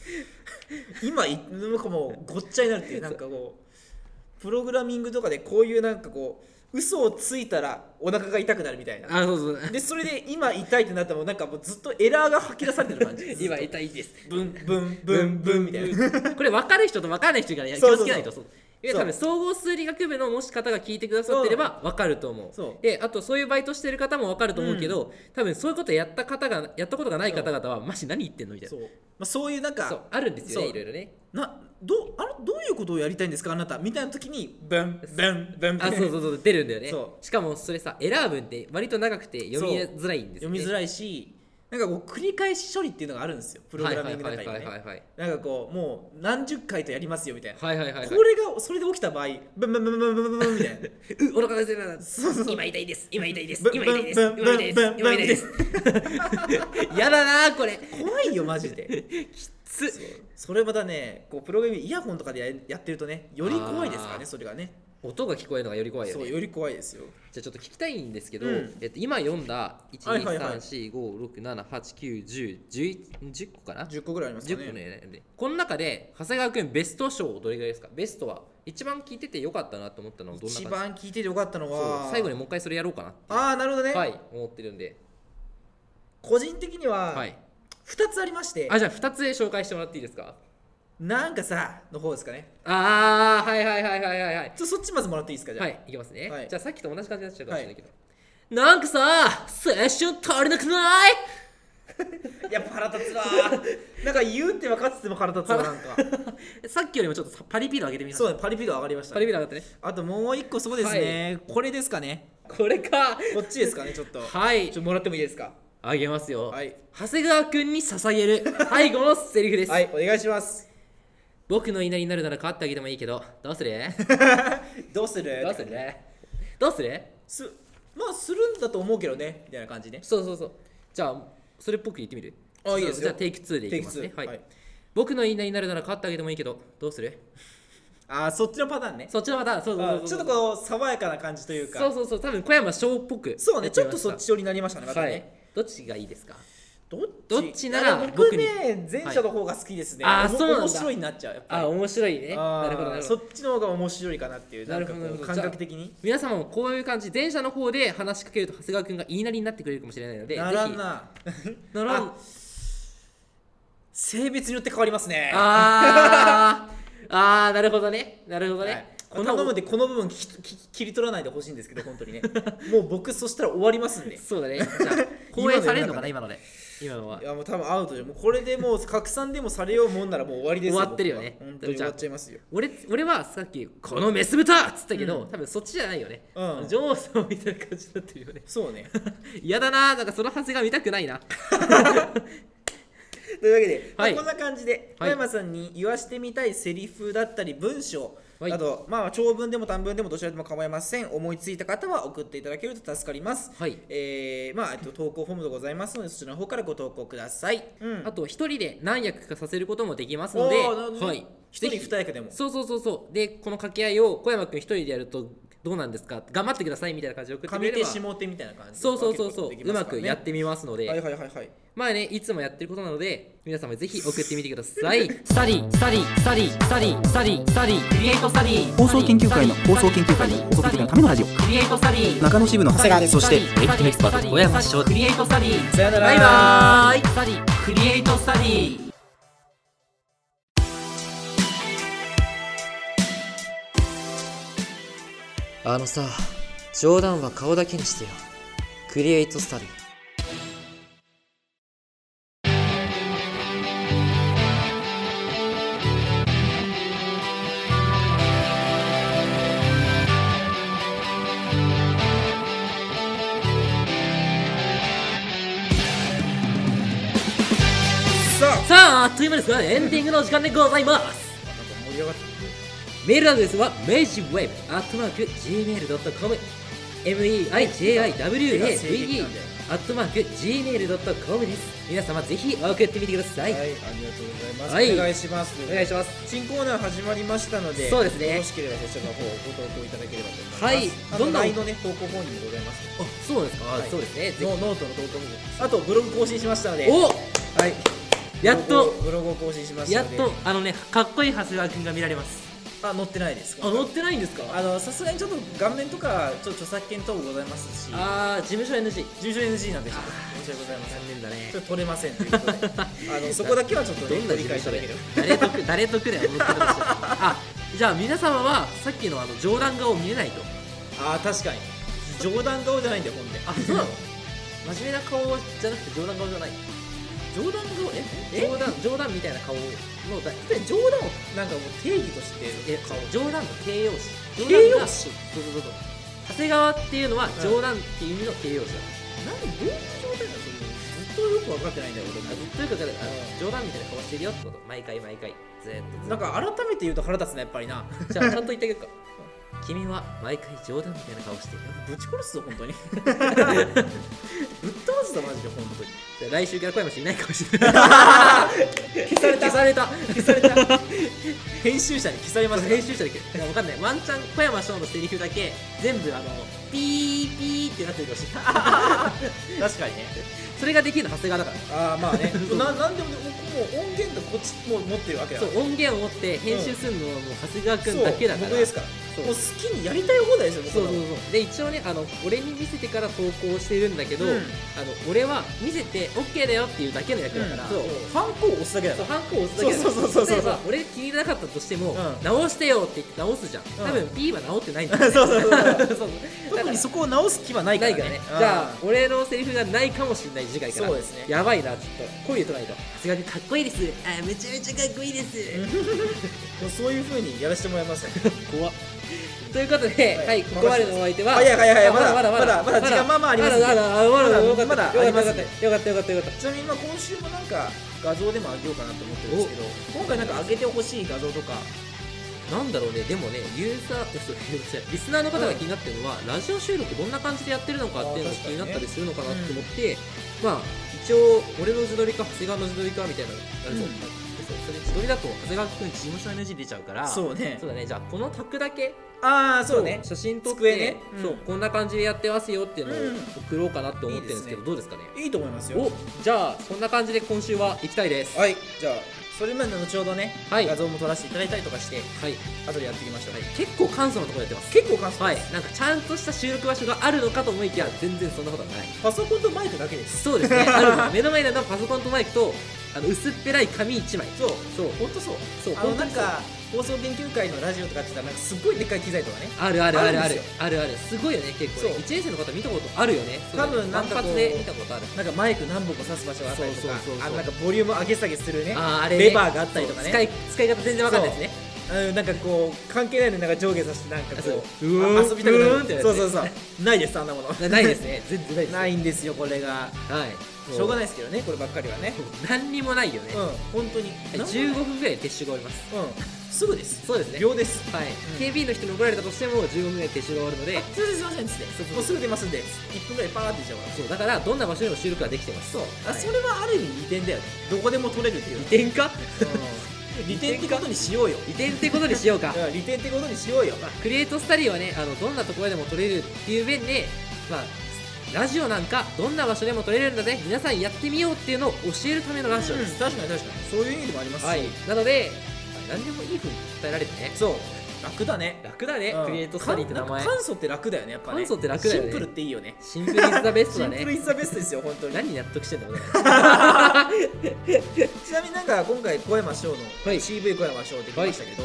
[SPEAKER 2] 今いなんかもうごっちゃになるっていうなんかこうプログラミングとかでこういうなんかこう嘘をついたらお腹が痛くなるみたいな
[SPEAKER 1] あそうそう
[SPEAKER 2] でそれで今痛いってなったらもうなんかもうずっとエラーが吐き出されてる感じ
[SPEAKER 1] 今痛いです
[SPEAKER 2] ブンブンブンブンみたいな
[SPEAKER 1] な。これ分かる人と分かんない人からや
[SPEAKER 2] そう
[SPEAKER 1] 気
[SPEAKER 2] そう
[SPEAKER 1] を
[SPEAKER 2] そう
[SPEAKER 1] つけないと。そうで
[SPEAKER 2] そう
[SPEAKER 1] 多分総合数理学部のもし方が聞いてくださってれば分かると思う
[SPEAKER 2] そう
[SPEAKER 1] であとそういうバイトしてる方も分かると思うけど、多分そういうことやった方がやったことがない方々はマジ何言ってんのみたい
[SPEAKER 2] そ
[SPEAKER 1] な
[SPEAKER 2] う、まあ、そういうなんか
[SPEAKER 1] そうあるんですよ
[SPEAKER 2] そ
[SPEAKER 1] ね
[SPEAKER 2] う
[SPEAKER 1] いろいろね
[SPEAKER 2] などあれどういうことをやりたいんですかあなたみたいな時にブンブンブンブン
[SPEAKER 1] あそうそうそう出るんだよね
[SPEAKER 2] そ
[SPEAKER 1] しかもそれさエラー文って割と長くて読みづらいんですよ、
[SPEAKER 2] 読
[SPEAKER 1] ね、
[SPEAKER 2] みづ
[SPEAKER 1] い
[SPEAKER 2] らいしなんかこう繰り返し処理っていうのがあるんですよプログラミングの
[SPEAKER 1] はい
[SPEAKER 2] 中
[SPEAKER 1] は
[SPEAKER 2] に
[SPEAKER 1] い
[SPEAKER 2] は
[SPEAKER 1] はい
[SPEAKER 2] ね
[SPEAKER 1] はいはい
[SPEAKER 2] なんかこうもう何十回とやりますよみたいな、
[SPEAKER 1] はいはいはいはい
[SPEAKER 2] これがそれで起きた場合ブンブンブンブンブンブンみたいな
[SPEAKER 1] うお腹が出てるな
[SPEAKER 2] そうそう
[SPEAKER 1] 今痛いです今痛いです
[SPEAKER 2] ブン
[SPEAKER 1] 今痛いです
[SPEAKER 2] ブン
[SPEAKER 1] 今痛いです
[SPEAKER 2] ブン
[SPEAKER 1] 今痛いです やだなこれ
[SPEAKER 2] 怖いよマジで
[SPEAKER 1] つ
[SPEAKER 2] それまたねこうプログラミングイヤホンとかでややってるとねより怖いですから
[SPEAKER 1] あー
[SPEAKER 2] ねそれがね
[SPEAKER 1] 音が聞こえるのがより怖いよ
[SPEAKER 2] そう
[SPEAKER 1] ね
[SPEAKER 2] より怖いですよ
[SPEAKER 1] じゃあちょっと聞きたいんですけど、
[SPEAKER 2] うん
[SPEAKER 1] えっと、今読んだ
[SPEAKER 2] はいはいはい
[SPEAKER 1] 1234567891010個かな
[SPEAKER 2] 10個ぐらいあります
[SPEAKER 1] 10
[SPEAKER 2] かね
[SPEAKER 1] 個ねこの中で長谷川君ベスト賞どれぐらいですかベストは一番聞いててよかったなと思ったのはどんな感
[SPEAKER 2] 一
[SPEAKER 1] じ
[SPEAKER 2] 番聞いててよかったの
[SPEAKER 1] そ
[SPEAKER 2] は
[SPEAKER 1] う最後にもう一回それやろうかなって
[SPEAKER 2] ああなるほどね、
[SPEAKER 1] はい思ってるんで
[SPEAKER 2] 個人的には
[SPEAKER 1] はい
[SPEAKER 2] 2つありまして、
[SPEAKER 1] あじゃあ2つで紹介してもらっていいですか
[SPEAKER 2] なんかさの方ですかね
[SPEAKER 1] ああはいはいはいはいはいはい
[SPEAKER 2] ちょそっちまずもらっていいですかじゃあ、
[SPEAKER 1] はい、いきますね、
[SPEAKER 2] はい
[SPEAKER 1] じゃあさっきと同じ感じになっちゃうかもしれないけど、なんかさ青春足りなくない
[SPEAKER 2] やっぱ腹立つわ ーなんか言うって分かってても腹立つわなんか
[SPEAKER 1] さっきよりもちょっとパリピ度上げてみまし
[SPEAKER 2] そ
[SPEAKER 1] た
[SPEAKER 2] うだパリピ度上がりました
[SPEAKER 1] パリピ度上がったね
[SPEAKER 2] あともう一個そうですね、これですかね
[SPEAKER 1] これか
[SPEAKER 2] こっちですかねちょっと
[SPEAKER 1] はい
[SPEAKER 2] ちょっともらってもいいですか
[SPEAKER 1] あげますよ、
[SPEAKER 2] はい
[SPEAKER 1] 長谷川君に捧 げる最後のセリフです、
[SPEAKER 2] はいお願いします
[SPEAKER 1] 僕の稲荷になるなら変わってあげてもいいけどどうする
[SPEAKER 2] どうする
[SPEAKER 1] どうするどうする
[SPEAKER 2] すまあするんだと思うけどねみたいな感じね
[SPEAKER 1] そうそうそうじゃあそれっぽく言ってみる
[SPEAKER 2] あいいですよ
[SPEAKER 1] じゃあテイク2でいきます
[SPEAKER 2] テイ
[SPEAKER 1] ね
[SPEAKER 2] クツー
[SPEAKER 1] はい、
[SPEAKER 2] はい
[SPEAKER 1] 僕の言いなりになるなら変わってあげてもいいけどどうする
[SPEAKER 2] ああそっちのパターンね
[SPEAKER 1] そっちのまたそうそう
[SPEAKER 2] あ
[SPEAKER 1] そ
[SPEAKER 2] ー
[SPEAKER 1] う
[SPEAKER 2] ち
[SPEAKER 1] そ
[SPEAKER 2] ょ
[SPEAKER 1] う
[SPEAKER 2] っとこう爽やかな感じというか
[SPEAKER 1] そうそうそう多分小山翔っぽく
[SPEAKER 2] そうね
[SPEAKER 1] や
[SPEAKER 2] ち
[SPEAKER 1] て
[SPEAKER 2] ょ
[SPEAKER 1] み
[SPEAKER 2] っ
[SPEAKER 1] ま
[SPEAKER 2] と
[SPEAKER 1] した
[SPEAKER 2] そっち寄りになりましたねまた
[SPEAKER 1] は
[SPEAKER 2] ね、
[SPEAKER 1] いどっちがいいですか
[SPEAKER 2] どっ
[SPEAKER 1] どっちなら
[SPEAKER 2] いや
[SPEAKER 1] 僕
[SPEAKER 2] 僕
[SPEAKER 1] に
[SPEAKER 2] ね前者の方が好きですね、
[SPEAKER 1] はいあ
[SPEAKER 2] お
[SPEAKER 1] ー
[SPEAKER 2] も
[SPEAKER 1] そうなんだ
[SPEAKER 2] 面白いになっちゃうやっぱり
[SPEAKER 1] あ面白いね
[SPEAKER 2] あー
[SPEAKER 1] なるほどなるほ
[SPEAKER 2] そ
[SPEAKER 1] ど
[SPEAKER 2] っちの方が面白いかなっていうなん
[SPEAKER 1] なる
[SPEAKER 2] か
[SPEAKER 1] ほ
[SPEAKER 2] こ
[SPEAKER 1] ど
[SPEAKER 2] う
[SPEAKER 1] なるほど
[SPEAKER 2] 感覚的に
[SPEAKER 1] 皆様もこういう感じ前者の方で話しかけると長谷川君が言いなりになってくれるかもしれないので
[SPEAKER 2] な
[SPEAKER 1] ぜ
[SPEAKER 2] ら
[SPEAKER 1] ひ
[SPEAKER 2] んな
[SPEAKER 1] ならん
[SPEAKER 2] あ性別によって変わりますね
[SPEAKER 1] あーあーなるほどねなるほどね、
[SPEAKER 2] はいこ
[SPEAKER 1] この
[SPEAKER 2] の部分でこの部分聞き聞き切り取らないでほしいんですけど本当にね もう僕そしたら終わりますんで
[SPEAKER 1] そう だねじゃあ放映されるのかな今ので今のはい
[SPEAKER 2] やもう多分アウトでもうこれでもう拡散でもされようもんならもう終わりです
[SPEAKER 1] 終わってるよね
[SPEAKER 2] 僕は本当に終わっちゃいますよ
[SPEAKER 1] 俺俺はさっき「このメス豚!」っつったけど、
[SPEAKER 2] うん
[SPEAKER 1] 多分そっちじゃないよね、
[SPEAKER 2] うん
[SPEAKER 1] 女王様みたいな感じになってるよね
[SPEAKER 2] そうね
[SPEAKER 1] 嫌だななんかその長谷川見たくないな
[SPEAKER 2] というわけで、まあ
[SPEAKER 1] はい
[SPEAKER 2] こんな感じで
[SPEAKER 1] は
[SPEAKER 2] 小
[SPEAKER 1] い
[SPEAKER 2] 山さんに言わしてみたいセリフだったり文章
[SPEAKER 1] はい
[SPEAKER 2] など、まあ、長文でも短文でもどちらでも構いません思いついた方は送っていただけると助かります、
[SPEAKER 1] はい
[SPEAKER 2] えーまあ、えっと投稿フォームでございますのでそちらの方からご投稿ください、うん
[SPEAKER 1] あと一人で何役かさせることもできますので、
[SPEAKER 2] おーなるほど
[SPEAKER 1] はい、
[SPEAKER 2] 一人
[SPEAKER 1] ぜひ
[SPEAKER 2] 二役でも
[SPEAKER 1] そうそうそうそうでこの掛け合いを小山君一人でやるとどうなんですか頑張ってくださいみたいな感じで送ってく
[SPEAKER 2] 上
[SPEAKER 1] れれ
[SPEAKER 2] 手
[SPEAKER 1] ば
[SPEAKER 2] 下手みたいな感じで
[SPEAKER 1] そうそうそうそう、
[SPEAKER 2] 分ける
[SPEAKER 1] うま
[SPEAKER 2] こと
[SPEAKER 1] く
[SPEAKER 2] でき
[SPEAKER 1] や
[SPEAKER 2] す
[SPEAKER 1] ってみますので、
[SPEAKER 2] からねはいはいはいはい
[SPEAKER 1] まあねいつもやってることなので皆様ぜひ送ってみてくださいサリーサリーサリーサリーサリーサリークリエイトサリー
[SPEAKER 3] 放送研究会の放送研究会の放送研究会のためのラジオ
[SPEAKER 1] クリエイトサリー
[SPEAKER 3] 中野支部の長谷川ですそして
[SPEAKER 1] エフティエクスパート小山翔クリエイトサリー
[SPEAKER 2] さよなら
[SPEAKER 1] バイバーイサリークリエイトサリーあのさ冗談は顔だけにしてよクリエイトサリー
[SPEAKER 2] さあなんか
[SPEAKER 1] さああっという間ですがエンディングの時間でございます
[SPEAKER 2] 盛り上がって
[SPEAKER 1] メールアドレスは magewave.gmail.com meijiwave アットマーク gmail.com です皆様ぜひ送ってみてください、
[SPEAKER 2] はい、ありがとうございます。
[SPEAKER 1] はい
[SPEAKER 2] お願いします。
[SPEAKER 1] お願いします
[SPEAKER 2] 新コーナー始まりましたので、
[SPEAKER 1] そうですね
[SPEAKER 2] よろしければそちらの方ご投稿いただければと思います。
[SPEAKER 1] はい
[SPEAKER 2] あ
[SPEAKER 1] ど
[SPEAKER 2] と
[SPEAKER 1] んどん
[SPEAKER 2] LINE のね投稿フォームにもございますので。
[SPEAKER 1] あそうですか、
[SPEAKER 2] はい
[SPEAKER 1] そうですねぜひ
[SPEAKER 2] ノノートの投稿フォーム。あとブログ更新しましたので、
[SPEAKER 1] お
[SPEAKER 2] はい。
[SPEAKER 1] やっと
[SPEAKER 2] ブログを更新しました
[SPEAKER 1] やっ
[SPEAKER 2] ので、
[SPEAKER 1] とあのねかっこいい長谷川くんが見られます
[SPEAKER 2] あ載ってないです。
[SPEAKER 1] あ載ってないんですか
[SPEAKER 2] あのさすがにちょっと顔面とかちょっと著作権等もございますし、事
[SPEAKER 1] あー事務所 NG
[SPEAKER 2] 務所 NG なんでちょっと申し訳ございません。
[SPEAKER 1] 残念だね
[SPEAKER 2] ちょっと取れませんということで、あのそこだけはちょっと
[SPEAKER 1] ど
[SPEAKER 2] ね
[SPEAKER 1] んな
[SPEAKER 2] 理
[SPEAKER 1] 事
[SPEAKER 2] 解
[SPEAKER 1] 務
[SPEAKER 2] いた
[SPEAKER 1] 所
[SPEAKER 2] だ
[SPEAKER 1] で
[SPEAKER 2] ければ。
[SPEAKER 1] 誰得誰得だよ本当にあじゃあ皆様はさっきのあの冗談顔見えないと
[SPEAKER 2] ああ確かに冗談顔じゃないんだよ本で
[SPEAKER 1] あそうなの真面目な顔じゃなくて冗談顔じゃない
[SPEAKER 2] 冗談顔ええ
[SPEAKER 1] 冗談冗談みたいな顔のだ
[SPEAKER 2] え冗談をなんかもう定義として
[SPEAKER 1] え
[SPEAKER 2] 顔
[SPEAKER 1] 冗談の形容詞
[SPEAKER 2] 形容
[SPEAKER 1] 冗談が
[SPEAKER 2] 詞
[SPEAKER 1] そうそうそうそう長谷川っていうのは冗談っていう意味の形容詞だ、
[SPEAKER 2] なんでどういう状態なのそれずっとよく分かってないんだよ俺
[SPEAKER 1] あずっとよくだからあの冗談みたいな顔してるよってこと毎回毎回ずーっとずーっと
[SPEAKER 2] なんか改めて言うと腹立つなやっぱりな
[SPEAKER 1] じゃ あちゃんと言ってあげるか君は毎回冗談みたいな顔してる
[SPEAKER 2] ぶ
[SPEAKER 1] よ
[SPEAKER 2] ち殺すぞ本当にぶっ倒すぞマジで本当に
[SPEAKER 1] じゃあ来週から小山氏いないかもしれない消された消された
[SPEAKER 2] 消された編集者に消されました
[SPEAKER 1] 編集者だけど分かんないワンチャン小山翔のセリフだけ全部あのピーピーってなってるかもしれない
[SPEAKER 2] 確かにね
[SPEAKER 1] それができるの長谷川だか
[SPEAKER 2] ああまあねななんでもねもう音源がこっちもう持ってるわけ
[SPEAKER 1] ら
[SPEAKER 2] だ
[SPEAKER 1] そ
[SPEAKER 2] から
[SPEAKER 1] う音源を持って編集するのはもう長谷川君だけだから
[SPEAKER 2] 僕ですから
[SPEAKER 1] そう
[SPEAKER 2] もう好きにやりたい放題ですよ
[SPEAKER 1] そうそう
[SPEAKER 2] 僕
[SPEAKER 1] そ
[SPEAKER 2] の
[SPEAKER 1] うで一応ねあの俺に見せてから投稿してるんだけど、
[SPEAKER 2] うん
[SPEAKER 1] あの俺は見せて OK だよっていうだけの役だから、
[SPEAKER 2] そう
[SPEAKER 1] そう
[SPEAKER 2] ハンコを押すだけだか
[SPEAKER 1] そう
[SPEAKER 2] ら
[SPEAKER 1] ハンコを押すだけだから
[SPEAKER 2] そうそうそうそうそう
[SPEAKER 1] 例えば俺気に入らなかったとしても、
[SPEAKER 2] うん
[SPEAKER 1] 直してよって言って直すじゃん多分 P は直ってないんだ
[SPEAKER 2] そうそうそう
[SPEAKER 1] そうそうだ
[SPEAKER 2] 特
[SPEAKER 1] から
[SPEAKER 2] にそこを直す気はないか
[SPEAKER 1] ない
[SPEAKER 2] ら
[SPEAKER 1] か
[SPEAKER 2] ね
[SPEAKER 1] らね
[SPEAKER 2] うん
[SPEAKER 1] じゃあ俺のセリフがないかもしれない次回から
[SPEAKER 2] そうですね
[SPEAKER 1] やばいなちょっと声で捉えたさすがにかっこいいですあーめちゃめちゃかっこいいです
[SPEAKER 2] もうそういう風にやらせてもらいます
[SPEAKER 1] 怖っということで、はい、
[SPEAKER 2] はい
[SPEAKER 1] ここまでのお相手は、
[SPEAKER 2] あいやいやいや
[SPEAKER 1] あ
[SPEAKER 2] まだまだ時間まあまああります
[SPEAKER 1] まだまだまだまだよかった
[SPEAKER 2] まだありますね
[SPEAKER 1] よかったよかったよかったよかったよかっ
[SPEAKER 2] ちなみに今今週もなんか画像でも上げようかなと思ってるんですけど今回なんか上げてほしい画像とか
[SPEAKER 1] たなんだろうねでもねユーザーえそうユーザーリスナーの方が気になってるのは、ラジオ収録どんな感じでやってるのかっていう
[SPEAKER 2] あ
[SPEAKER 1] のが
[SPEAKER 2] ー
[SPEAKER 1] 気
[SPEAKER 2] 確か
[SPEAKER 1] に
[SPEAKER 2] に
[SPEAKER 1] な
[SPEAKER 2] ね
[SPEAKER 1] ったりするのかなって思って、まあ一応俺の自撮りか長谷川の自撮りかみたいなのあるじゃん
[SPEAKER 2] うん
[SPEAKER 1] そうそれ自撮りだと長谷川君事務所 NG 出ちゃうから
[SPEAKER 2] そうね
[SPEAKER 1] そうだねじゃあこのタクだけ
[SPEAKER 2] ああそうね
[SPEAKER 1] 写真撮って
[SPEAKER 2] 机ねうん
[SPEAKER 1] そうこんな感じでやってますよっていうの
[SPEAKER 2] うん
[SPEAKER 1] を送ろうかなって思ってるんですけ
[SPEAKER 2] い
[SPEAKER 1] ど、
[SPEAKER 2] いですね
[SPEAKER 1] どうですかね
[SPEAKER 2] いいと思いますよ
[SPEAKER 1] おじゃあそんな感じで今週は行きたいです
[SPEAKER 2] はいじゃあそれまで後ほどね、
[SPEAKER 1] はい
[SPEAKER 2] 画像も撮らせていただいたりとかして
[SPEAKER 1] はい、
[SPEAKER 2] 後でやっていきましょう、
[SPEAKER 1] 結構簡素なところやってます
[SPEAKER 2] 結構簡素
[SPEAKER 1] はい
[SPEAKER 2] です、
[SPEAKER 1] なんかちゃんとした収録場所があるのかと思いきや全然そんなことはない
[SPEAKER 2] パソコンとマイクだけです
[SPEAKER 1] そう ですねあるのは目の前にあるのはパソコンとマイクとあの薄っぺらい紙1枚
[SPEAKER 2] そう
[SPEAKER 1] そう
[SPEAKER 2] 本当そう
[SPEAKER 1] そう
[SPEAKER 2] あの
[SPEAKER 1] ほ
[SPEAKER 2] なんん
[SPEAKER 1] とそう
[SPEAKER 2] か放送研究会のラジオとかって言ったらなんかすっごいでっかい機材とかね
[SPEAKER 1] あるあるあるあ
[SPEAKER 2] あるん
[SPEAKER 1] る
[SPEAKER 2] ですよ
[SPEAKER 1] あるあるすごいよね結構ね
[SPEAKER 2] そう
[SPEAKER 1] 1年生の方見たことあるよねそうだね
[SPEAKER 2] 多分なんかこう
[SPEAKER 1] 単発で見たことある
[SPEAKER 2] なんかマイク何本か刺す場所があったりとか
[SPEAKER 1] そうそうそうそう
[SPEAKER 2] あのなんかボリューム上げ下げするね
[SPEAKER 1] あーあれね
[SPEAKER 2] レバーがあったりとかね
[SPEAKER 1] そう使い使い方全然わかんないですね
[SPEAKER 2] うんなんかこう関係ないのになんか上下させてなんか
[SPEAKER 1] あそう
[SPEAKER 2] こう
[SPEAKER 1] う
[SPEAKER 2] あ
[SPEAKER 1] ーん
[SPEAKER 2] 遊びたくな
[SPEAKER 1] うーん
[SPEAKER 2] る
[SPEAKER 1] ってやつ
[SPEAKER 2] そうそうそうないですあ んなもの
[SPEAKER 1] なないですね全然ないですね
[SPEAKER 2] ないんですよこれが
[SPEAKER 1] はい
[SPEAKER 2] しょうが
[SPEAKER 1] な
[SPEAKER 2] ない
[SPEAKER 1] い
[SPEAKER 2] ですけどねこればっかりはね
[SPEAKER 1] 何にもないよね
[SPEAKER 2] うん、本当に
[SPEAKER 1] 15分ぐらいで撤収が終わります
[SPEAKER 2] うんすぐです
[SPEAKER 1] そうですね
[SPEAKER 2] 秒です
[SPEAKER 1] はい、
[SPEAKER 2] ん
[SPEAKER 1] KB の人に怒られたとしても15分ぐらいで撤収が終わるので
[SPEAKER 2] すいませんすいませんっつって
[SPEAKER 1] そうそう
[SPEAKER 2] もうすぐ出ますんで1分ぐらいパーって出ちゃうから
[SPEAKER 1] そうだからどんな場所でも収録ができてます
[SPEAKER 2] そう、あ
[SPEAKER 1] はい
[SPEAKER 2] それはある意味利点だよねどこでも取れるっていう
[SPEAKER 1] 利点か
[SPEAKER 2] うん 利点ってことにしようよ
[SPEAKER 1] 利点ってことにしようか
[SPEAKER 2] うん利点ってことにしようよ
[SPEAKER 1] まあクリエイトスタディはねあのどんなところでも撮れるっていう面でまあラジオなんかどんな場所でも撮れるんだぜ皆さんやってみようっていうのを教えるためのラジオ
[SPEAKER 2] う
[SPEAKER 1] で
[SPEAKER 2] ん
[SPEAKER 1] す、
[SPEAKER 2] 確かに確かにそういう意味でもありますし
[SPEAKER 1] はいなのでまあ何でもいいふうに伝えられてね
[SPEAKER 2] そう楽だね
[SPEAKER 1] 楽だね、
[SPEAKER 2] うん
[SPEAKER 1] クリエイトスタディって名前
[SPEAKER 2] かん簡素って楽だよねやっぱね
[SPEAKER 1] 簡素って楽だよ
[SPEAKER 2] シ
[SPEAKER 1] ね
[SPEAKER 2] ンプルっていいよね
[SPEAKER 1] シンプルイズザベスト
[SPEAKER 2] シ
[SPEAKER 1] だ
[SPEAKER 2] ンプル
[SPEAKER 1] ね
[SPEAKER 2] イズザベストですよ本当に
[SPEAKER 1] 何納得して んだ俺
[SPEAKER 2] ちなみになんか今回小山翔の
[SPEAKER 1] はい
[SPEAKER 2] CV 小山翔できましたけど、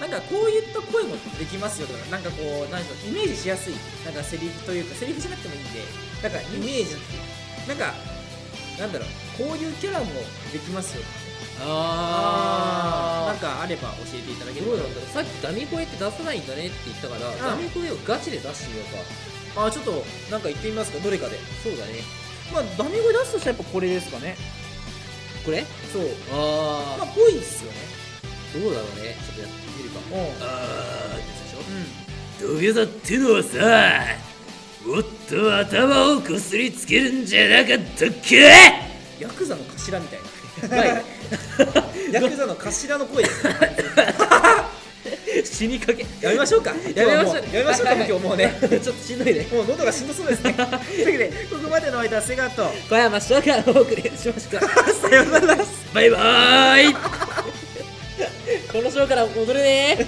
[SPEAKER 2] なんかこういった声もできますよとかなんかこう何でしょうイメージしやすいなんかセリフというかセリフじゃなくてもいいんでなんかイメージっていうなんかなんだろうこういうキャラもできますよ
[SPEAKER 1] あー
[SPEAKER 2] なんかあれば教えていただけれ
[SPEAKER 1] ど
[SPEAKER 2] ば
[SPEAKER 1] うなんだろうさっきダミ声って出さないんだねって言ったから、ダミ声をガチで出してみようか
[SPEAKER 2] あーちょっとなんか言ってみますかどれかで
[SPEAKER 1] そうだね
[SPEAKER 2] まあダミ声出すとしたらやっぱこれですかね
[SPEAKER 1] これ
[SPEAKER 2] そう
[SPEAKER 1] あ
[SPEAKER 2] まあ
[SPEAKER 1] あ
[SPEAKER 2] ぽいっすよね
[SPEAKER 1] どうだろうねちょっとやってみるか
[SPEAKER 2] うん
[SPEAKER 1] あーってやつでしょ
[SPEAKER 2] う
[SPEAKER 1] 土下座ってのはさもっと頭をこすりつけるんじゃなかったっけ
[SPEAKER 2] んヤクザの頭みたい
[SPEAKER 1] はい
[SPEAKER 2] な ヤクザの頭の声ですね
[SPEAKER 1] 死にかけ
[SPEAKER 2] やめま しょうか
[SPEAKER 1] やめましょう
[SPEAKER 2] やめましょうかもう今日もうね
[SPEAKER 1] ちょっとしんどい ね
[SPEAKER 2] もう喉がしんどそうです ねというわけでここまでの間セガと
[SPEAKER 1] 小山翔からお送りしました
[SPEAKER 2] さよなら
[SPEAKER 1] バイバーイこのショーから戻るね